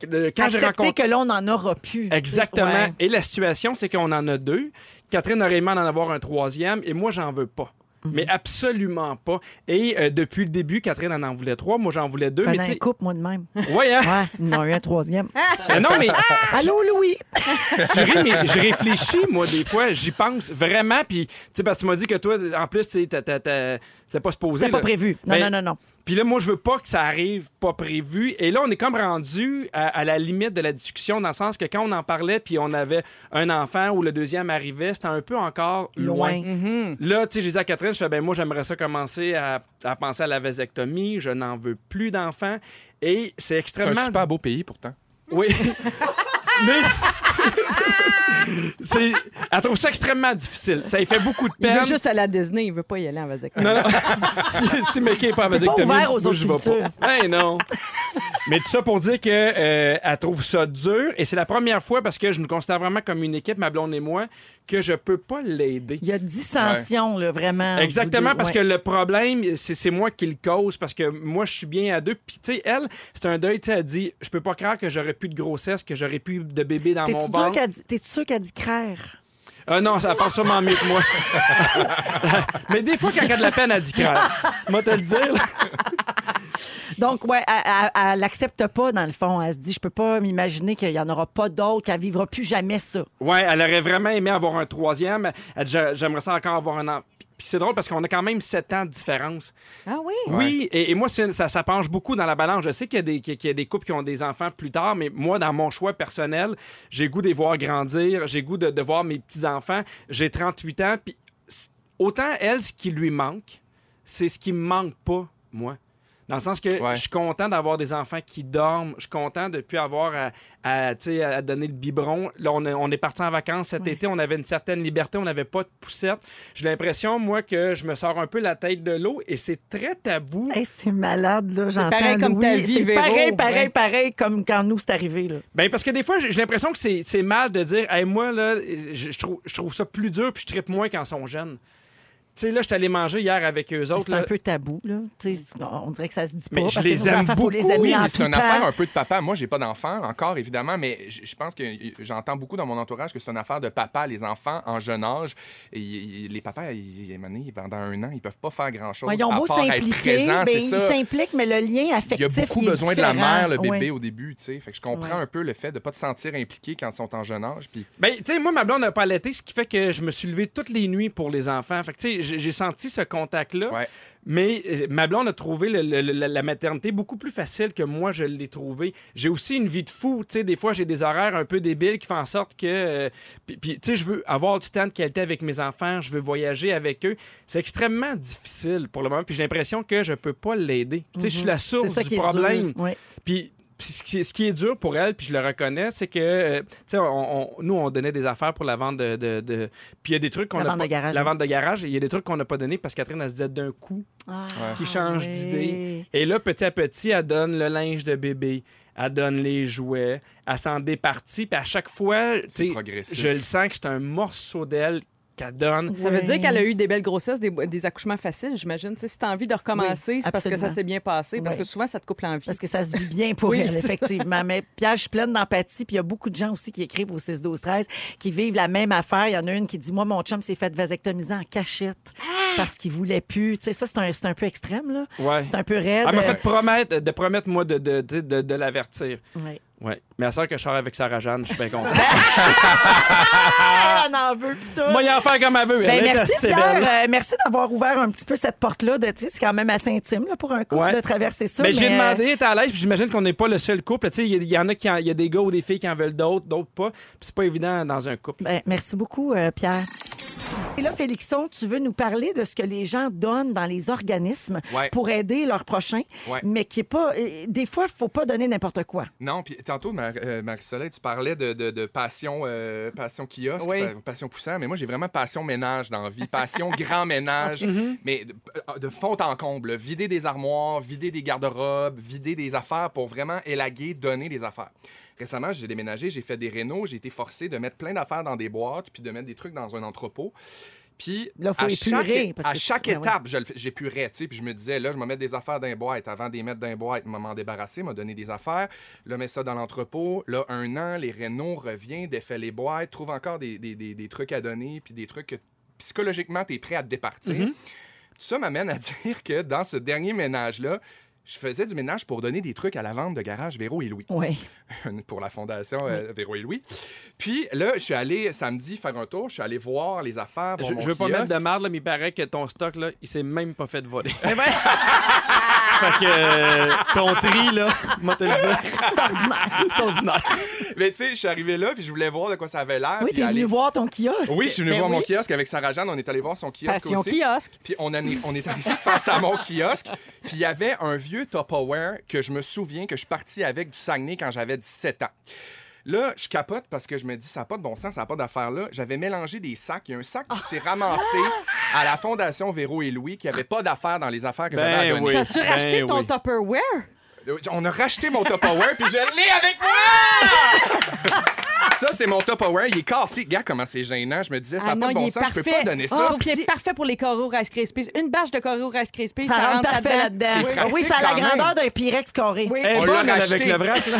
Le- Quand j'ai Accepter rencontré... que là, on n'en aura plus. Exactement. Ouais. Et la situation, c'est qu'on en a deux. Catherine aurait aimé en avoir un troisième et moi, j'en veux pas. Mhm. mais absolument pas. Et euh, depuis le début, Catherine en en voulait trois, moi j'en voulais deux. Mais Connais un tu couple, moi de <laughs> même. sais- Ah! Ouais, <laughs> hein? Ouais, il y en a eu un troisième. Mais non, mais Allô, Louis? tu ris, mais je réfléchis, moi, des fois. J'y pense vraiment. Puis, tu sais, parce que tu m'as dit que toi, en plus, tu sais, t'as- t'as- t'as- c'était pas supposé. C'était pas là. prévu. Non, Ben, non, non, non. Puis là, moi, je veux pas que ça arrive pas prévu. Et là, on est comme rendu à, à la limite de la discussion, dans le sens que quand on en parlait, puis on avait un enfant ou le deuxième arrivait, c'était un peu encore Loin. loin. Mm-hmm. Là, tu sais, j'ai dit à Catherine, je fais, ben moi, j'aimerais ça commencer à, à penser à la vasectomie, je n'en veux plus d'enfants. Et c'est C'est un extrêmement super beau pays, pourtant. oui. <laughs> Mais. <laughs> C'est- Elle trouve ça extrêmement difficile. Ça lui fait beaucoup de Il peine. veut juste aller à Disney, il veut pas y aller en vasectomie. Non, <laughs> non. si, si Mickey n'est pas avec pas ouvert aux autres je vais cultures. pas. Hey, non. Mais tout ça pour dire que euh, elle trouve ça dur et c'est la première fois parce que je nous considère vraiment comme une équipe, ma blonde et moi, que je peux pas l'aider. Il y a dissension, là, vraiment. Exactement, parce que que le problème, c'est c'est moi qui le cause, parce que moi, je suis bien à deux. Puis, tu sais, elle, c'est un deuil, tu sais, elle dit Je peux pas croire que j'aurais plus de grossesse, que j'aurais plus de bébé dans mon T'es-tu sûr ventre. qu'elle dit- t'es-tu sûr qu'elle dit craire? Ah non, ça part sûrement mieux <laughs> que moi. Mais des fois, quand elle a de la peine, elle dit crère. Moi, te le dire. là. Donc, ouais, elle- elle elle l'accepte pas, dans le fond. Elle se dit, je peux pas m'imaginer qu'il y en aura pas d'autres, qu'elle vivra plus jamais ça. Ouais, elle aurait vraiment aimé avoir un troisième. Elle dit, J'a- J'aimerais ça encore avoir un an. Puis c'est drôle parce qu'on a quand même sept ans de différence. Ah oui? Oui, et, et moi, c'est- ça, ça penche beaucoup dans la balance. Je sais qu'il y, a des- qu'il y a des couples qui ont des enfants plus tard, mais moi, dans mon choix personnel, j'ai goût de les voir grandir, j'ai goût de, de voir mes petits-enfants. J'ai 38 ans, puis c- autant elle, ce qui lui manque, c'est ce qui me manque pas, moi. Dans le sens que Ouais. je suis content d'avoir des enfants qui dorment, je suis content de plus avoir à, à, tu sais, à donner le biberon. Là, on, est- on est parti en vacances cet été, on avait une certaine liberté, on n'avait pas de poussette. J'ai l'impression, moi, que je me sors un peu la tête de l'eau et c'est très tabou. Hey, c'est malade, là, j'entends. pareil comme Louis. ta vie, C'est Véro, Pareil, ouais. pareil, pareil, comme quand nous, c'est arrivé, là. Ben parce que des fois, j'ai j'ai l'impression que c'est c'est mal de dire hey, moi, là, je, je trouve, je trouve ça plus dur puis je tripe moins quand ils sont jeunes. Tu sais, là, je suis allé manger hier avec eux autres. C'est un là. peu tabou, là. Tu sais, on dirait que ça se dit pas. Mais je parce les que nos aime enfants, faut les beaucoup. aimer Oui, en mais Mais tout c'est une temps. affaire un peu de papa. Moi, j'ai pas d'enfant encore, évidemment, mais je je pense que j'entends beaucoup dans mon entourage que c'est une affaire de papa. Les enfants, en jeune âge, et ils- ils- les papas, ils- à un moment donné, pendant un an, ils peuvent pas faire grand-chose. Ils ont à beau part être s'impliquer, présents, ben, c'est ils ça. s'impliquent, mais le lien affectif, Il y a beaucoup est besoin de la différent. mère, le Ouais. bébé, au début, tu sais. Fait que je comprends Ouais. un peu le fait de pas te sentir impliqué quand ils sont en jeune âge. Puis Ben, tu sais, moi, ma blonde n'a pas allaité, ce qui fait que je me suis levé toutes les nuits pour les enfants. Fait que, tu sais, j'ai- j'ai senti ce contact-là. Ouais. Mais euh, ma blonde a trouvé le- le- le- la maternité beaucoup plus facile que moi, je l'ai trouvée. J'ai aussi une vie de fou. Tu sais, des fois, j'ai des horaires un peu débiles qui font en sorte que. euh, puis- Puis, tu sais, je veux avoir du temps de qualité avec mes enfants, je veux voyager avec eux. C'est extrêmement difficile pour le moment. Puis, j'ai l'impression que je peux pas l'aider. Tu sais, je suis la C'est source ça du qui est problème. dur. Ouais. Puis, puis ce, qui, ce qui est dur pour elle, puis je le reconnais, c'est que, euh, tu sais, on- on- nous, on donnait des affaires pour la vente de. de- de- puis il y a des trucs qu'on La a vente pas- de garage, hein. La oui. vente de garage, il y a des trucs qu'on n'a pas donné parce que Catherine, elle se disait d'un coup. Ah, Qui change ouais. d'idée. Et là, petit à petit, elle donne le linge de bébé, elle donne les jouets, elle s'en départit, puis à chaque fois, tu sais, c'est progressif. je le sens que c'est un morceau d'elle qu'elle donne. Ça veut Ouais. dire qu'elle a eu des belles grossesses, des, des accouchements faciles, j'imagine. Tu sais, Si t'as envie de recommencer, Oui, c'est parce que ça absolument. s'est bien passé, parce Oui. que souvent, ça te coupe l'envie. Parce que ça se vit bien pour Oui, elle, <laughs> c'est ça. effectivement. Mais Pierre, je suis pleine d'empathie. Puis il y a beaucoup de gens aussi qui écrivent au 6 12 13 qui vivent la même affaire. Il y en a une qui dit Moi, mon chum s'est fait vasectomiser en cachette parce qu'il voulait plus. Tu sais, ça, c'est un, c'est un peu extrême, là. Ouais. C'est un peu raide. Elle m'a fait promettre, de promettre, moi, de, de, de, de- de l'avertir. Euh, Ouais. Ouais. Mais à ça que je sors avec Sarah Jeanne, je suis bien content. <laughs> Ah, on en veut plutôt. Moi, il en faire comme elle veut. Elle Ben, est merci, assez Pierre. belle. Euh, merci d'avoir ouvert un petit peu cette porte-là. de, tu sais, C'est quand même assez intime là, pour un couple Ouais. de traverser ça. Mais Ben, j'ai mais, euh, demandé, t'es à l'aise, puis j'imagine qu'on n'est pas le seul couple. Tu sais, Il y, a- il y en a qui, en- il y a des gars ou des filles qui en veulent d'autres, d'autres pas. Puis c'est pas évident dans un couple. Ben, merci beaucoup, euh, Pierre. Et là, Félixon, tu veux nous parler de ce que les gens donnent dans les organismes Ouais. pour aider leurs prochains, Ouais. mais qui est pas. euh, Des fois, il faut pas donner n'importe quoi. Non, puis tantôt, Mar- euh, Marie-Soleil, tu parlais de, de- de passion, euh, passion kiosque, Oui. pa- passion poussière, mais moi, j'ai vraiment passion ménage dans la vie, passion grand ménage, mais de, de fond en comble. là. Vider des armoires, vider des garde-robes, vider des affaires pour vraiment élaguer, donner des affaires. Récemment, j'ai déménagé, j'ai fait des rénaux, j'ai été forcé de mettre plein d'affaires dans des boîtes, puis de mettre des trucs dans un entrepôt. Puis Là, faut à chaque, épurer, parce à que- chaque Ben oui. étape, je le fais- j'épurais, tu sais, puis je me disais, là, je me mets des affaires dans les boîtes. Avant de les mettre dans les boîtes, maman m'en débarrasser, m'a donné des affaires. Là, mets ça dans l'entrepôt. Là, un an, les rénaux revient, défait les boîtes, Mm-hmm. trouve encore des, des- des- des trucs à donner, puis des trucs que psychologiquement, tu es prêt à te départir. Tout ça m'amène à <laughs> dire que dans ce dernier ménage-là, je faisais du ménage pour donner des trucs à la vente de garage Véro et Louis. Oui. pour la fondation euh, Véro et Louis. Puis là, je suis allé samedi faire un tour, je suis allé voir les affaires. voir Je, mon je veux pas mettre kiosque. de merde, là, mais il paraît que ton stock, là, il s'est même pas fait voler. <laughs> fait que euh, ton tri, là, <laughs> moi te le dire. C'est ordinaire. C'est ordinaire. Mais tu sais, je suis arrivé là, puis je voulais voir de quoi ça avait l'air. Oui, puis t'es aller- venu voir ton kiosque. Oui, je suis venu Ben voir mon oui. kiosque avec Sarah Jeanne. On est allé voir son kiosque Passion aussi. kiosque. Puis on, a- on est arrivé <laughs> face à mon kiosque. Puis il y avait un vieux Tupperware que je me souviens que je suis parti avec du Saguenay quand j'avais 17 ans. Là, je capote parce que je me dis, ça n'a pas de bon sens, ça n'a pas d'affaire là. J'avais mélangé des sacs. Il y a un sac qui s'est ramassé Ah! à la Fondation Véro et Louis qui n'avait pas d'affaires dans les affaires que j'avais à Ben donner. oui. T'as-tu Ben racheté ton oui. Tupperware? Euh, On a racheté mon Tupperware, puis je l'ai avec moi! <laughs> ça, c'est mon Tupperware. Il est cassé. Regarde comment c'est gênant. Je me disais, ça n'a Ah pas non, de il bon est sens, parfait. je peux pas donner Oh, je ça. trouve qu'il est parfait pour les Coraux Rice Krispies. Une bâche de Coraux Rice Krispies, Ça, ça, rentre parfait là-dedans. C'est là-dedans. pratique Oui, ça a la quand même. grandeur d'un Pyrex carré. Oui. Elle est On Eh, bonne, l'a elle, racheté. avec le vrac, là.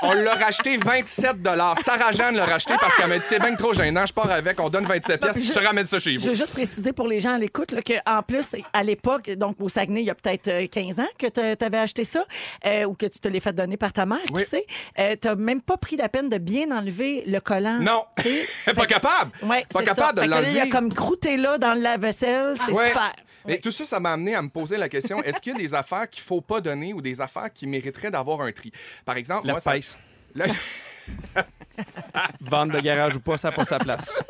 On l'a racheté 27 Sarah Jeanne l'a racheté parce qu'elle m'a dit c'est bien trop gênant, je pars avec, on donne 27 pièces, je te ramène ça chez Je vous. veux juste préciser pour les gens à l'écoute là, que en plus, à l'époque, donc au Saguenay, il y a peut-être euh, 15 ans que tu avais acheté ça euh, ou que tu te l'es fait donner par ta mère, Oui. tu sais. tu n'as même pas pris la peine de bien enlever le collant. <laughs> Non, <laughs> pas capable. Ouais, pas c'est ça. capable Fait de que là, Il y a l'enlever. comme croûté là dans le lave-vaisselle. C'est Ouais. super. Mais tout ça, ça m'a amené à me poser la question est-ce qu'il y a des affaires qu'il faut pas donner ou des affaires qui mériteraient d'avoir un tri Par exemple, La moi, ça- pèse. Le- <laughs> Vente de garage ou pas, ça n'a pas sa place.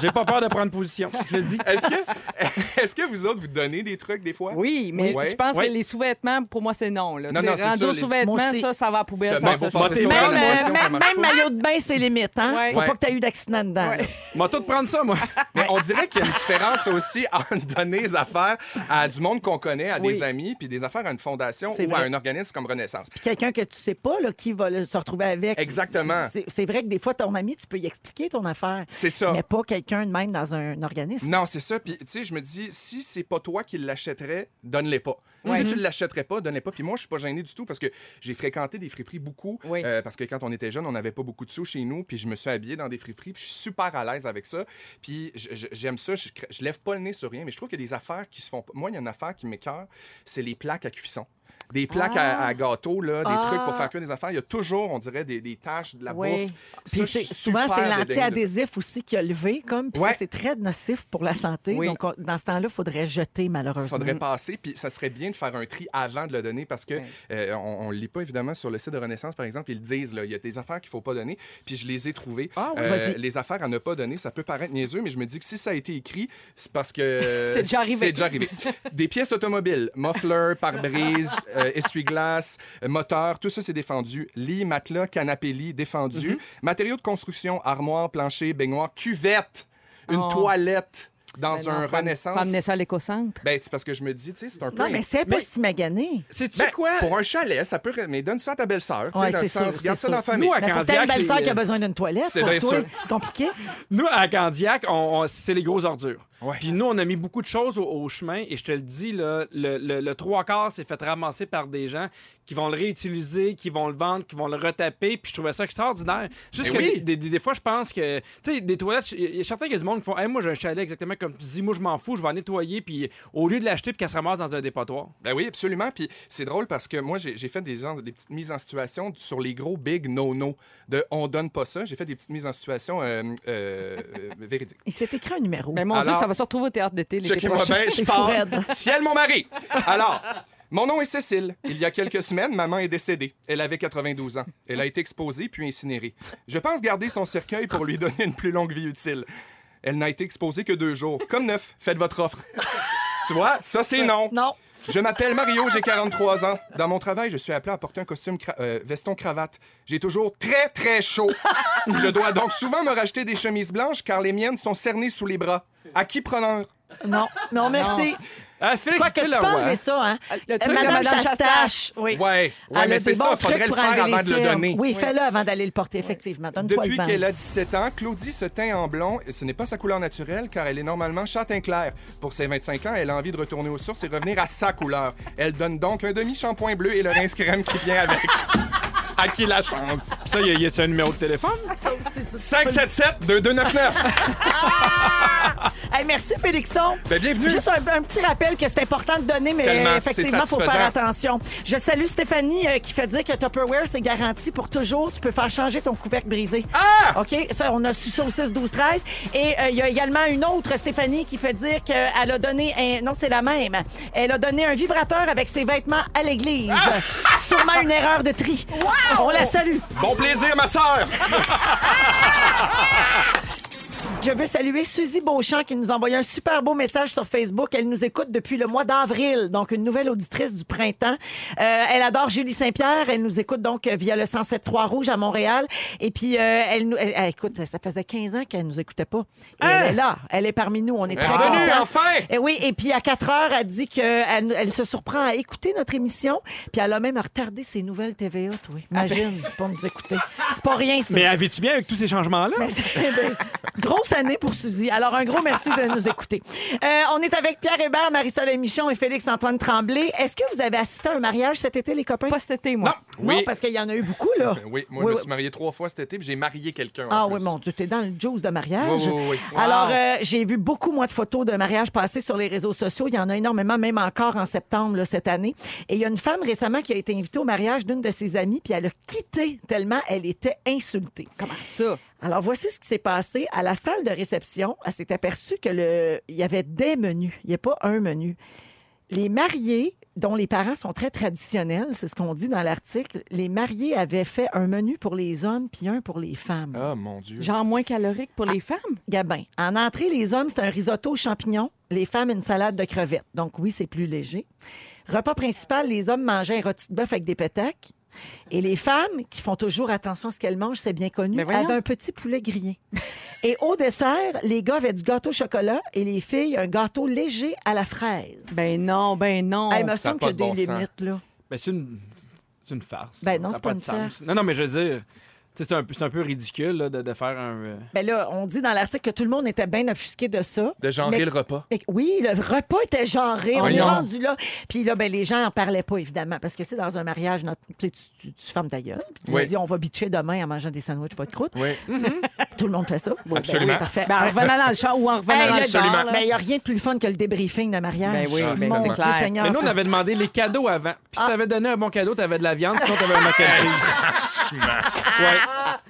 J'ai pas peur de prendre position, je le dis. Est-ce que, est-ce que vous autres, vous donnez des trucs des fois? Oui, mais Ouais. je pense Ouais. que les sous-vêtements, pour moi, c'est non. Là. Non, Tu sais, non, c'est rando ça, les- Moi sous-vêtements, aussi. ça, ça va à la poubelle. Ben, Ça, faut ça, passer Même, sur Même, la euh, motion, ça même, marche pas. même maillot de bain, c'est limite. Hein? Ouais. Faut Ouais. pas que tu eu d'accident dedans. là. M'a tout prendre ça, moi. Mais on dirait qu'il y a une différence aussi <laughs> entre donner des affaires à du monde qu'on connaît, à des Oui. amis, puis des affaires à une fondation C'est ou à vrai. un organisme comme Renaissance. Quelqu'un que tu sais pas là, qui va le- se retrouver avec. Exactement. C'est- C'est vrai que des fois, ton ami, tu peux y expliquer ton affaire. C'est ça. Mais pas quelqu'un de même dans un organisme. Non, c'est ça. Puis, tu sais, je me dis, si c'est pas toi qui l'achèterais, donne-les pas. Si Mm-hmm. tu l'achèterais pas, donne-les pas. Puis moi, je suis pas gêné du tout parce que j'ai fréquenté des friperies beaucoup. Oui. euh, parce que quand on était jeune, on n'avait pas beaucoup de sous chez nous. Puis je me suis habillé dans des friperies. Puis je suis super à l'aise avec ça. Puis je- je- j'aime ça. Je, cr- je lève pas le nez sur rien. Mais je trouve qu'il y a des affaires qui se font. pas. Moi, il y a une affaire qui m'écœure c'est les plaques à cuisson. Des plaques à, Ah! à gâteau, là, des trucs pour faire cuire des affaires. Il y a toujours, on dirait, des, des taches de la Oui. bouffe. Ça, Puis je c'est- suis souvent, super c'est dédaigneux de ça. l'anti-adhésif aussi qui a levé, comme. Puis ça, Ouais. c'est très nocif pour la santé. Oui. Donc, on- dans ce temps-là, il faudrait jeter, malheureusement. faudrait passer, puis ça serait bien de faire un tri avant de le donner parce que Ouais. euh, on, on le lit pas évidemment sur le site de Renaissance, par exemple, ils le disent là, il y a des affaires qu'il faut pas donner, puis je les ai trouvées. Euh, Ah oui, vas-y. les affaires à ne pas donner, ça peut paraître niaiseux, mais je me dis que si ça a été écrit, c'est parce que <laughs> C'est déjà arrivé. C'est déjà arrivé. des pièces automobiles, muffler, pare-brise, euh, essuie-glace, euh, moteur, tout ça c'est défendu. Lit, matelas, canapé lit, défendu. Mm-hmm. Matériaux de construction, armoire, plancher, baignoire, cuvette, une Oh. toilette dans Ben non, un faut am- Renaissance. Faut amener ça à l'éco-centre. Ben, c'est parce que je me dis, tu sais, c'est un peu. Non, mais c'est pas Mais- si magané. <laughs> Sais-tu Ben, quoi? Pour un chalet, ça peut. Mais donne ça à ta belle-sœur. tu sais, Ouais, dans le c'est sens, sûr, garde c'est ça dans la sûr. famille. Nous, à Mais Ben, faut que Candiac, t'aies une belle sœur c'est- qui a besoin d'une toilette. C'est pour bien toi. sûr. C'est compliqué. Nous, à Candiac, on, on- c'est les grosses ordures. Ouais. Puis nous, on a mis beaucoup de choses au, au chemin et je te le dis, là, le, le- le trois quarts s'est fait ramasser par des gens qui vont le réutiliser, qui vont le vendre, qui vont le retaper. Puis je trouvais ça extraordinaire. Juste Mais que oui. des, des- des fois, je pense que, tu sais, des toilettes, il y a certains qu'il y a du monde qui font, Hey, moi, j'ai un chalet exactement comme tu dis, moi, je m'en fous, je vais en nettoyer. Puis au lieu de l'acheter, puis qu'elle se ramasse dans un dépotoir. Ben oui, absolument. Puis c'est drôle parce que moi, j'ai j'ai fait des, gens- des petites mises en situation sur les gros big no-no de on donne pas ça. J'ai fait des petites mises en situation euh, euh, euh, véridiques. Il s'est écrit un numéro. Mais Ben, mon Dieu, Alors- ça va se retrouver au théâtre d'été. l'été Checkez-moi prochain. bien, je C'est fou parle. raide. Ciel, mon mari. Alors, mon nom est Cécile. Il y a quelques semaines, maman est décédée. Elle avait 92 ans. Elle a été exposée puis incinérée. Je pense garder son cercueil pour lui donner une plus longue vie utile. Elle n'a été exposée que deux jours. Comme neuf, faites votre offre. Tu vois, ça c'est non. Non. Je m'appelle Mario, j'ai 43 ans. Dans mon travail, je suis appelé à porter un costume cra- euh, veston-cravate. J'ai toujours très, très chaud. Je dois donc souvent me racheter des chemises blanches car les miennes sont cernées sous les bras. À qui preneur? Non, non, <laughs> merci. Ah, Félix, Quoi que tu tu la peux vois, enlever hein? ça, hein? Le truc Euh, de Madame Chastache. Chastache. Oui. Ouais, ouais, Elle mais a c'est des ça, bons faudrait trucs le pour faire enlever avant les de le cils. donner. Oui, fais-le avant d'aller le porter, effectivement. Donne-toi le Depuis bain. qu'elle a 17 ans, Claudie se teint en blond. Ce n'est pas sa couleur naturelle car elle est normalement châtain clair. Pour ses 25 ans, elle a envie de retourner aux sources et <laughs> revenir à sa couleur. Elle donne donc un demi-shampoing bleu et le rince crème qui vient avec. à qui la chance? Ça, y a- y a-tu un numéro de téléphone? 577-2299. Ah! Hey, merci, Félixon. Ben, bienvenue. Juste un, un petit rappel que c'est important de donner, mais Tellement, euh, c'est effectivement, il faut faire satisfaisant. attention. Je salue Stéphanie euh, qui fait dire que Tupperware, c'est garanti pour toujours. Tu peux faire changer ton couvercle brisé. Ah! OK? Ça, on a su ça au 6, 12, 13. Et euh, il y a également une autre, Stéphanie, qui fait dire qu'elle a donné un. Non, c'est la même. Elle a donné un vibrateur avec ses vêtements à l'église. Ah! Sûrement une erreur de tri. On la salue. Bon plaisir, ma sœur. Je veux saluer Suzy Beauchamp qui nous a envoyé un super beau message sur Facebook. Elle nous écoute depuis le mois d'avril, donc une nouvelle auditrice du printemps. Euh, elle adore Julie Saint-Pierre. Elle nous écoute donc via le 107.3 Rouge à Montréal. Et puis, euh, elle nous... elle- elle- écoute, ça faisait 15 ans qu'elle nous écoutait pas. Et Elle est là. Elle est parmi nous. On est très Bienvenue, contents. enfin! Et oui, et puis à 4 heures, elle dit qu'elle elle se surprend à écouter notre émission. Puis elle a même retardé ses nouvelles TVA, toi. Imagine, pour nous écouter. C'est pas rien, ça. Mais avais-tu bien avec tous ces changements-là? Mais c'est- ben, <laughs> Grosse année pour Suzy. Alors, un gros merci de nous écouter. Euh, on est avec Pierre Hébert, Marie-Soleil Michon et Félix-Antoine Tremblay. Est-ce que vous avez assisté à un mariage cet été, les copains? <laughs> Pas cet été, moi. Non, Oui. parce qu'il y en a eu beaucoup, là. Ben <laughs> oui, moi, je Oui, me oui. suis marié trois fois cet été, puis j'ai marié quelqu'un. en Ah plus. oui, mon Dieu, t'es dans le juice de mariage. Oui, oui, oui, oui. Alors, euh, j'ai vu beaucoup, moins de photos de mariages passées sur les réseaux sociaux. Il y en a énormément, même encore en septembre, là, cette année. Et il y a une femme récemment qui a été invitée au mariage d'une de ses amies, puis elle a quitté tellement elle était insultée. Comment ça? Alors, voici ce qui s'est passé. À la salle de réception, elle s'est aperçue que le... il y avait des menus. Il n'y a pas un menu. Les mariés, dont les parents sont très traditionnels, c'est ce qu'on dit dans l'article, les mariés avaient fait un menu pour les hommes puis un pour les femmes. Ah, mon Dieu. Genre moins calorique pour les femmes? Gabin. En entrée, les hommes, c'est un risotto aux champignons. Les femmes, une salade de crevettes. Donc, oui, c'est plus léger. Repas principal, les hommes mangeaient un rôti de bœuf avec des pétacs. Et les femmes, qui font toujours attention à ce qu'elles mangent, c'est bien connu, Mais voyons. avaient un petit poulet grillé. et au dessert, les gars avaient du gâteau au chocolat et les filles, un gâteau léger à la fraise. Ben non, ben non. Elle me Ça a semble pas qu'il y a de des bon sens. limites, là. Mais Ben, c'est une, c'est une farce. Ben non, Ça c'est a pas de une sens. farce. Non, non, mais je veux dire, tu sais, c'est un, peu- c'est un peu ridicule là, de, de faire un. euh, Ben là, on dit dans l'article que tout le monde était bien offusqué de ça. De genrer Mais- le repas. Fait que Oui, le repas était genré. on est Voyons. rendu là. Puis là, ben, les gens n'en parlaient pas, évidemment. Parce que, tu sais, dans un mariage, notre- tu, sais, tu- tu- tu fermes ta gueule. puis Tu Oui. dis, on va bitcher demain en mangeant des sandwichs, pas de croûte. Mm-hmm. Oui. Tout le monde fait ça. Oui, ben Absolument. oui, parfait. Ben, en revenant dans le champ ou en revenant Hey, dans le- le char, Absolument. là. Ben, il n'y a rien de plus fun que le débriefing de mariage. Ah, Ben oui, ben, Mon c'est Dieu clair. Seigneur. Mais nous, on avait demandé les cadeaux avant. Puis Ah. si t'avais donné un bon cadeau, t'avais de la viande, sinon t'avais un mac and <laughs>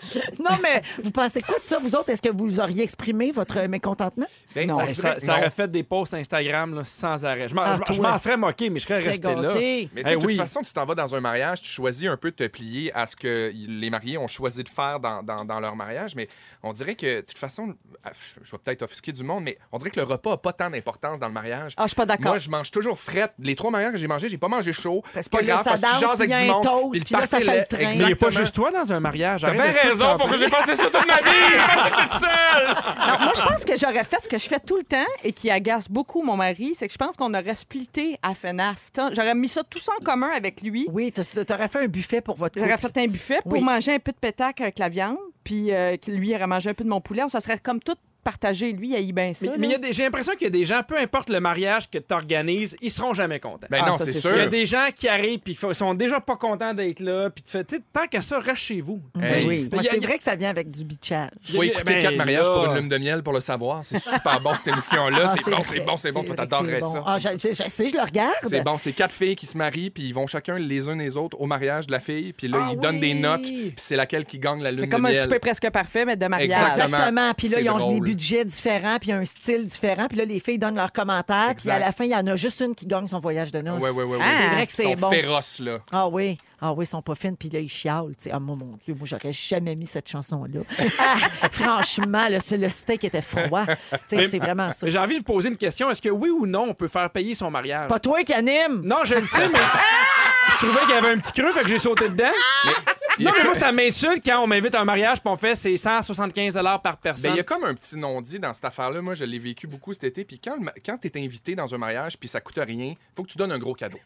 cheese. Non, mais vous pensez quoi de ça, vous autres? Est-ce que vous auriez exprimé votre mécontentement? Ben, Non, on Ben, dirait ça, que ça non. aurait fait des posts Instagram là, sans arrêt. Je m'en- Ah, je m'en- je toi. m'en serais moqué, mais je serais Tu serais resté là. gâté. Mais tu sais, Eh de oui. toute façon, tu t'en vas dans un mariage, tu choisis un peu de te plier à ce que y- les mariés ont choisi de faire dans, dans- dans leur mariage. Mais on dirait que, de toute façon, ah, je je vais peut-être offusquer du monde, mais on dirait que le repas n'a pas tant d'importance dans le mariage. Ah, je suis pas d'accord. Moi, je mange toujours frette. Les trois mariages que j'ai mangé, j'ai pas mangé chaud. Parce C'est pas que là, grave, ça parce que tu danse, jases avec puis il du y a un monde. toast, puis le puis là, ça party fait le est- train. Mais Mais il n'y a pas Exactement. juste toi dans un mariage. T'as Arrête bien de tout raison centrer. pour que j'ai pensé ça toute ma vie. Je pensais que <laughs> j'étais toute seule. Non, moi, je pense que j'aurais fait ce que je fais tout le temps et qui agace beaucoup mon mari, c'est que je pense qu'on aurait splitté à FNAF. T'sais, J'aurais mis ça tous en commun avec lui. Oui, tu aurais fait un buffet pour votre J'aurais couple. fait un buffet pour Oui. manger un peu de pétac avec la viande, puis euh, que lui aurait mangé un peu de mon poulet. Ça serait comme tout partagé. Lui, il a eu bien ça. Mais, là. mais il y a des- j'ai l'impression qu'il y a des gens, peu importe le mariage que tu organises, ils seront jamais contents. Ben Ah, non, ça, c'est c'est sûr. Il y a des gens qui arrivent puis qui sont déjà pas contents d'être là. Puis tu fais, tu sais, tant qu'à ça, reste chez vous. Hey, Oui. Il y a- c'est il y a- vrai que ça vient avec du bitchage. Faut écouter Ben quatre mariages là. pour une lune de miel pour le savoir. C'est super bon, cette émission-là. Ah, c'est bon, c'est vrai, bon, c'est bon. c'est Toi, vrai que t'adorerais c'est bon. ça. Ah, je, je- je sais, je le regarde. C'est bon, c'est quatre filles qui se marient, puis ils vont chacun les unes les autres au mariage de la fille, puis là, Ah ils donnent des oui! notes, puis c'est laquelle qui gagne la lune C'est de comme un miel. souper presque parfait, mais de mariage. Exactement. Exactement. Puis là, C'est ils ont des drôle. budgets différents, puis un style différent. Puis là, les filles donnent leurs commentaires. Puis Exact. à la fin, il y en a juste une qui gagne son voyage de noces. Ouais, ouais, ouais, ouais. Ah, c'est Ah, vrai que Ils c'est sont bon. féroces, là. Ah oui, ah oui, ils sont pas fines, puis là, ils chialent. tu sais. Ah, moi, mon Dieu, moi, j'aurais jamais mis cette chanson-là. <laughs> Ah, franchement, là, c'est- le steak était froid. Tu sais, Mais- c'est vraiment ça. J'ai envie de vous poser une question. Est-ce que oui ou non, on peut faire payer son mariage? Pas toi qui anime. Non, je le sais, mais je trouvais qu'il y avait un petit creux, fait que j'ai sauté dedans. Non, mais moi, ça m'insulte quand on m'invite à un mariage puis on fait c'est 175 par Ben, personne. il y a comme un petit non-dit dans cette affaire-là. Moi, je l'ai vécu beaucoup cet été. Puis quand, le ma- quand t'es invité dans un mariage, puis ça coûte rien, faut que tu donnes un gros cadeau.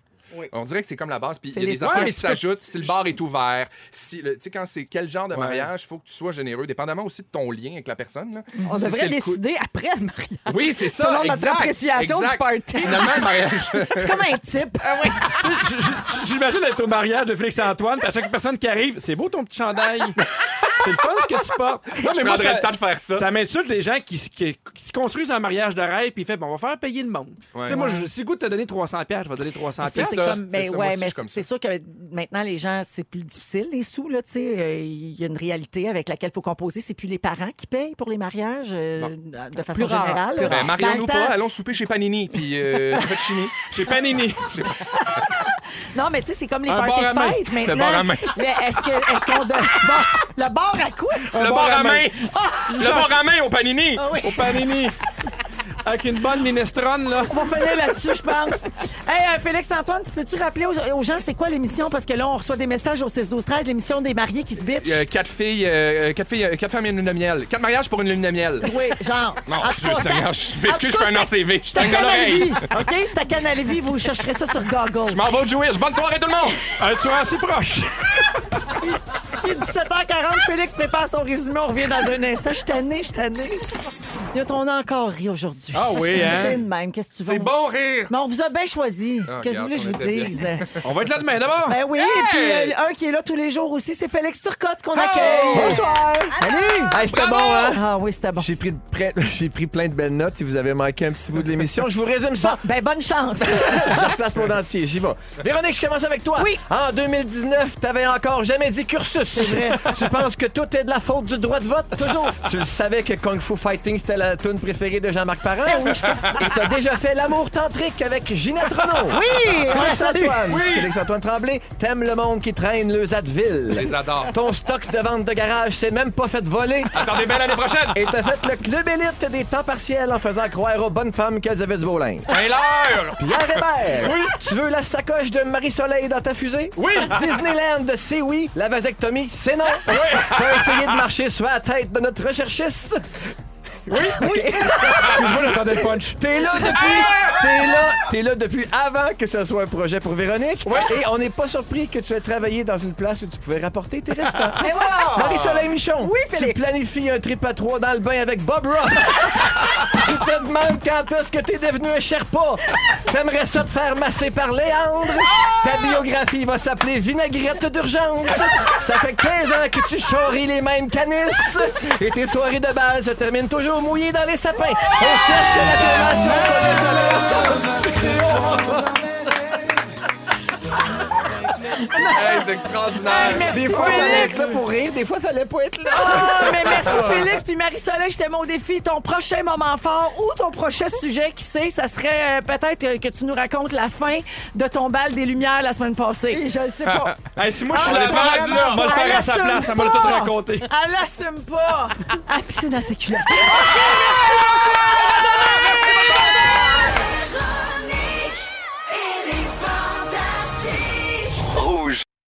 On dirait que c'est comme la base. Puis C'est il y a les des affaires Ouais, mais qui tu s'ajoutent. Si le bar est ouvert, si le- tu sais, quand c'est quel genre de mariage, il faut que tu sois généreux, dépendamment aussi de ton lien avec la personne. là. On Si devrait c'est le coup- décider après le mariage. Oui, c'est ça. Selon notre exact, appréciation du exact. party. Finalement, le mariage. C'est comme un type. Tu sais, j- j- J'imagine être au mariage de Félix Antoine, puis à chaque personne qui arrive, c'est beau ton petit chandail. C'est le fun ce que tu portes. Non, Je prendrais le temps de faire ça. Ça m'insulte les gens qui, s- qui- qui se construisent un mariage de rêve, puis ils font, bon, on va faire payer le monde. Ouais. Tu sais, moi, je- si le goût de te donner 300$, piastres, je vais donner 300$. C'est Ça, piastres. c'est ça, comme- c'est ben ça, moi ouais, aussi, je mais suis comme c'est ça. sûr que maintenant, les gens, c'est plus difficile, les sous. là, tu sais, euh, Il y a une réalité avec laquelle il faut composer. C'est plus les parents qui payent pour les mariages euh, de façon Plus rare, générale. plus Dans Ben, le marions-nous temps- pas, allons souper chez Panini, puis euh, faites <laughs> chimie. Chez Panini. Non, mais tu sais, c'est comme les Un parties bar à de main. fête maintenant. Le bar à main. Mais est-ce que- est-ce qu'on. donne- Bon, le bar à Ah, quoi? Le bord bord à main! Le bord à main au Panini! Ah Au Panini. Avec une bonne minestrone, là. On va finir là-dessus, je pense. Hey, euh, Félix-Antoine, tu peux-tu rappeler aux, aux gens c'est quoi l'émission? Parce que là, on reçoit des messages au 6-12-13, l'émission des mariés qui se bitchent. Euh, quatre filles, euh, quatre filles, euh, quatre femmes et une lune de miel. Quatre mariages pour une lune de miel. Oui, genre. Non, En tu tout cas, Seigneur, je m'excuse, je en tout fais cas, un CV. Je C'est saigne de Canal Vie, l'oreille. OK? C'est à Canal Vie. Vous chercherez ça sur Je Google. m'en vais au Jewish. Bonne soirée, tout le monde! Un tueur si proche. Il est 17h40. Félix prépare son résumé. On revient dans un instant. Je suis tannée, je suis tannée. Écoute, On a encore ri aujourd'hui. Ah oui, hein? C'est de même. Qu'est-ce que tu veux? C'est bon rire! Mais on vous a bien choisi. Ah, Qu'est-ce que vous voulez que je on vous était dise? <laughs> On va être là demain, d'abord. Ben oui, et puis euh, un qui est là tous les jours aussi, c'est Félix Turcotte qu'on accueille. Bonsoir! Salut! Hey, c'était Oh! bon, hein? Ah oui, c'était bon. J'ai pris, de près- j'ai pris plein de belles notes si vous avez manqué un petit bout de l'émission. Je vous résume ça. Ben bonne <laughs> chance. je replace mon dentier, j'y vais. Véronique, je commence avec toi. Oui. En 2019, t'avais encore jamais dit cursus. vrai. Tu penses que tout est de la faute du droit de vote, toujours. tu le savais que Kung Fu Fighting, c'était la tune préférée de Jean-Marc Parent. <laughs> Et t'as déjà fait l'amour tantrique avec Ginette Renaud. Oui! on la salue. Félix-Antoine. Félix-Antoine Tremblay, t'aimes le monde qui traîne le Zadville. Je les adore. Ton stock de vente de garage s'est même pas <laughs> fait voler. Attendez bien l'année prochaine! Et t'as fait le club élite des temps partiels en faisant croire aux bonnes femmes qu'elles avaient du beau linge. Un l'heure! Pierre Hébert! Tu veux la sacoche de Marie-Soleil dans ta fusée? Oui! Disneyland, c'est oui. La vasectomie, c'est non. T'as essayé de marcher sur la tête de notre recherchiste. Excuse-moi, j'attendais le punch. T'es là depuis... T'es là, t'es là depuis avant que ce soit un projet pour Véronique. Et on n'est pas surpris que tu aies travaillé dans une place où tu pouvais rapporter tes restants. Mais voilà! Marie-Soleil Michon, Oui, tu Félix. planifies un trip à trois dans le bain avec Bob Ross. tu te demandes quand est-ce que t'es devenu un Sherpa. T'aimerais ça te faire masser par Léandre. Ta biographie va s'appeler Vinaigrette d'urgence. Ça fait 15 ans que tu choris les mêmes canisses. Et tes soirées de bal se terminent toujours mouillées dans les sapins. On cherche l'appellation Hey, c'est extraordinaire! Merci Des fois, il fallait être Félix. là pour rire. Des fois, il fallait pas être là. Ah, mais merci Félix puis Marie-Soleil, je te mets au défi ton prochain moment fort ou ton prochain sujet qui sait, ça serait euh, peut-être euh, que tu nous racontes la fin de ton bal des lumières la semaine passée. Je le sais <laughs> pas. Hey, si moi, je suis Ah, là, c'est pas rendu là. on va le faire à sa place. Ça m'a tout raconté. <laughs> Ah, Elle l'assume pas. Ah, piscine à ses culottes. OK, merci, on se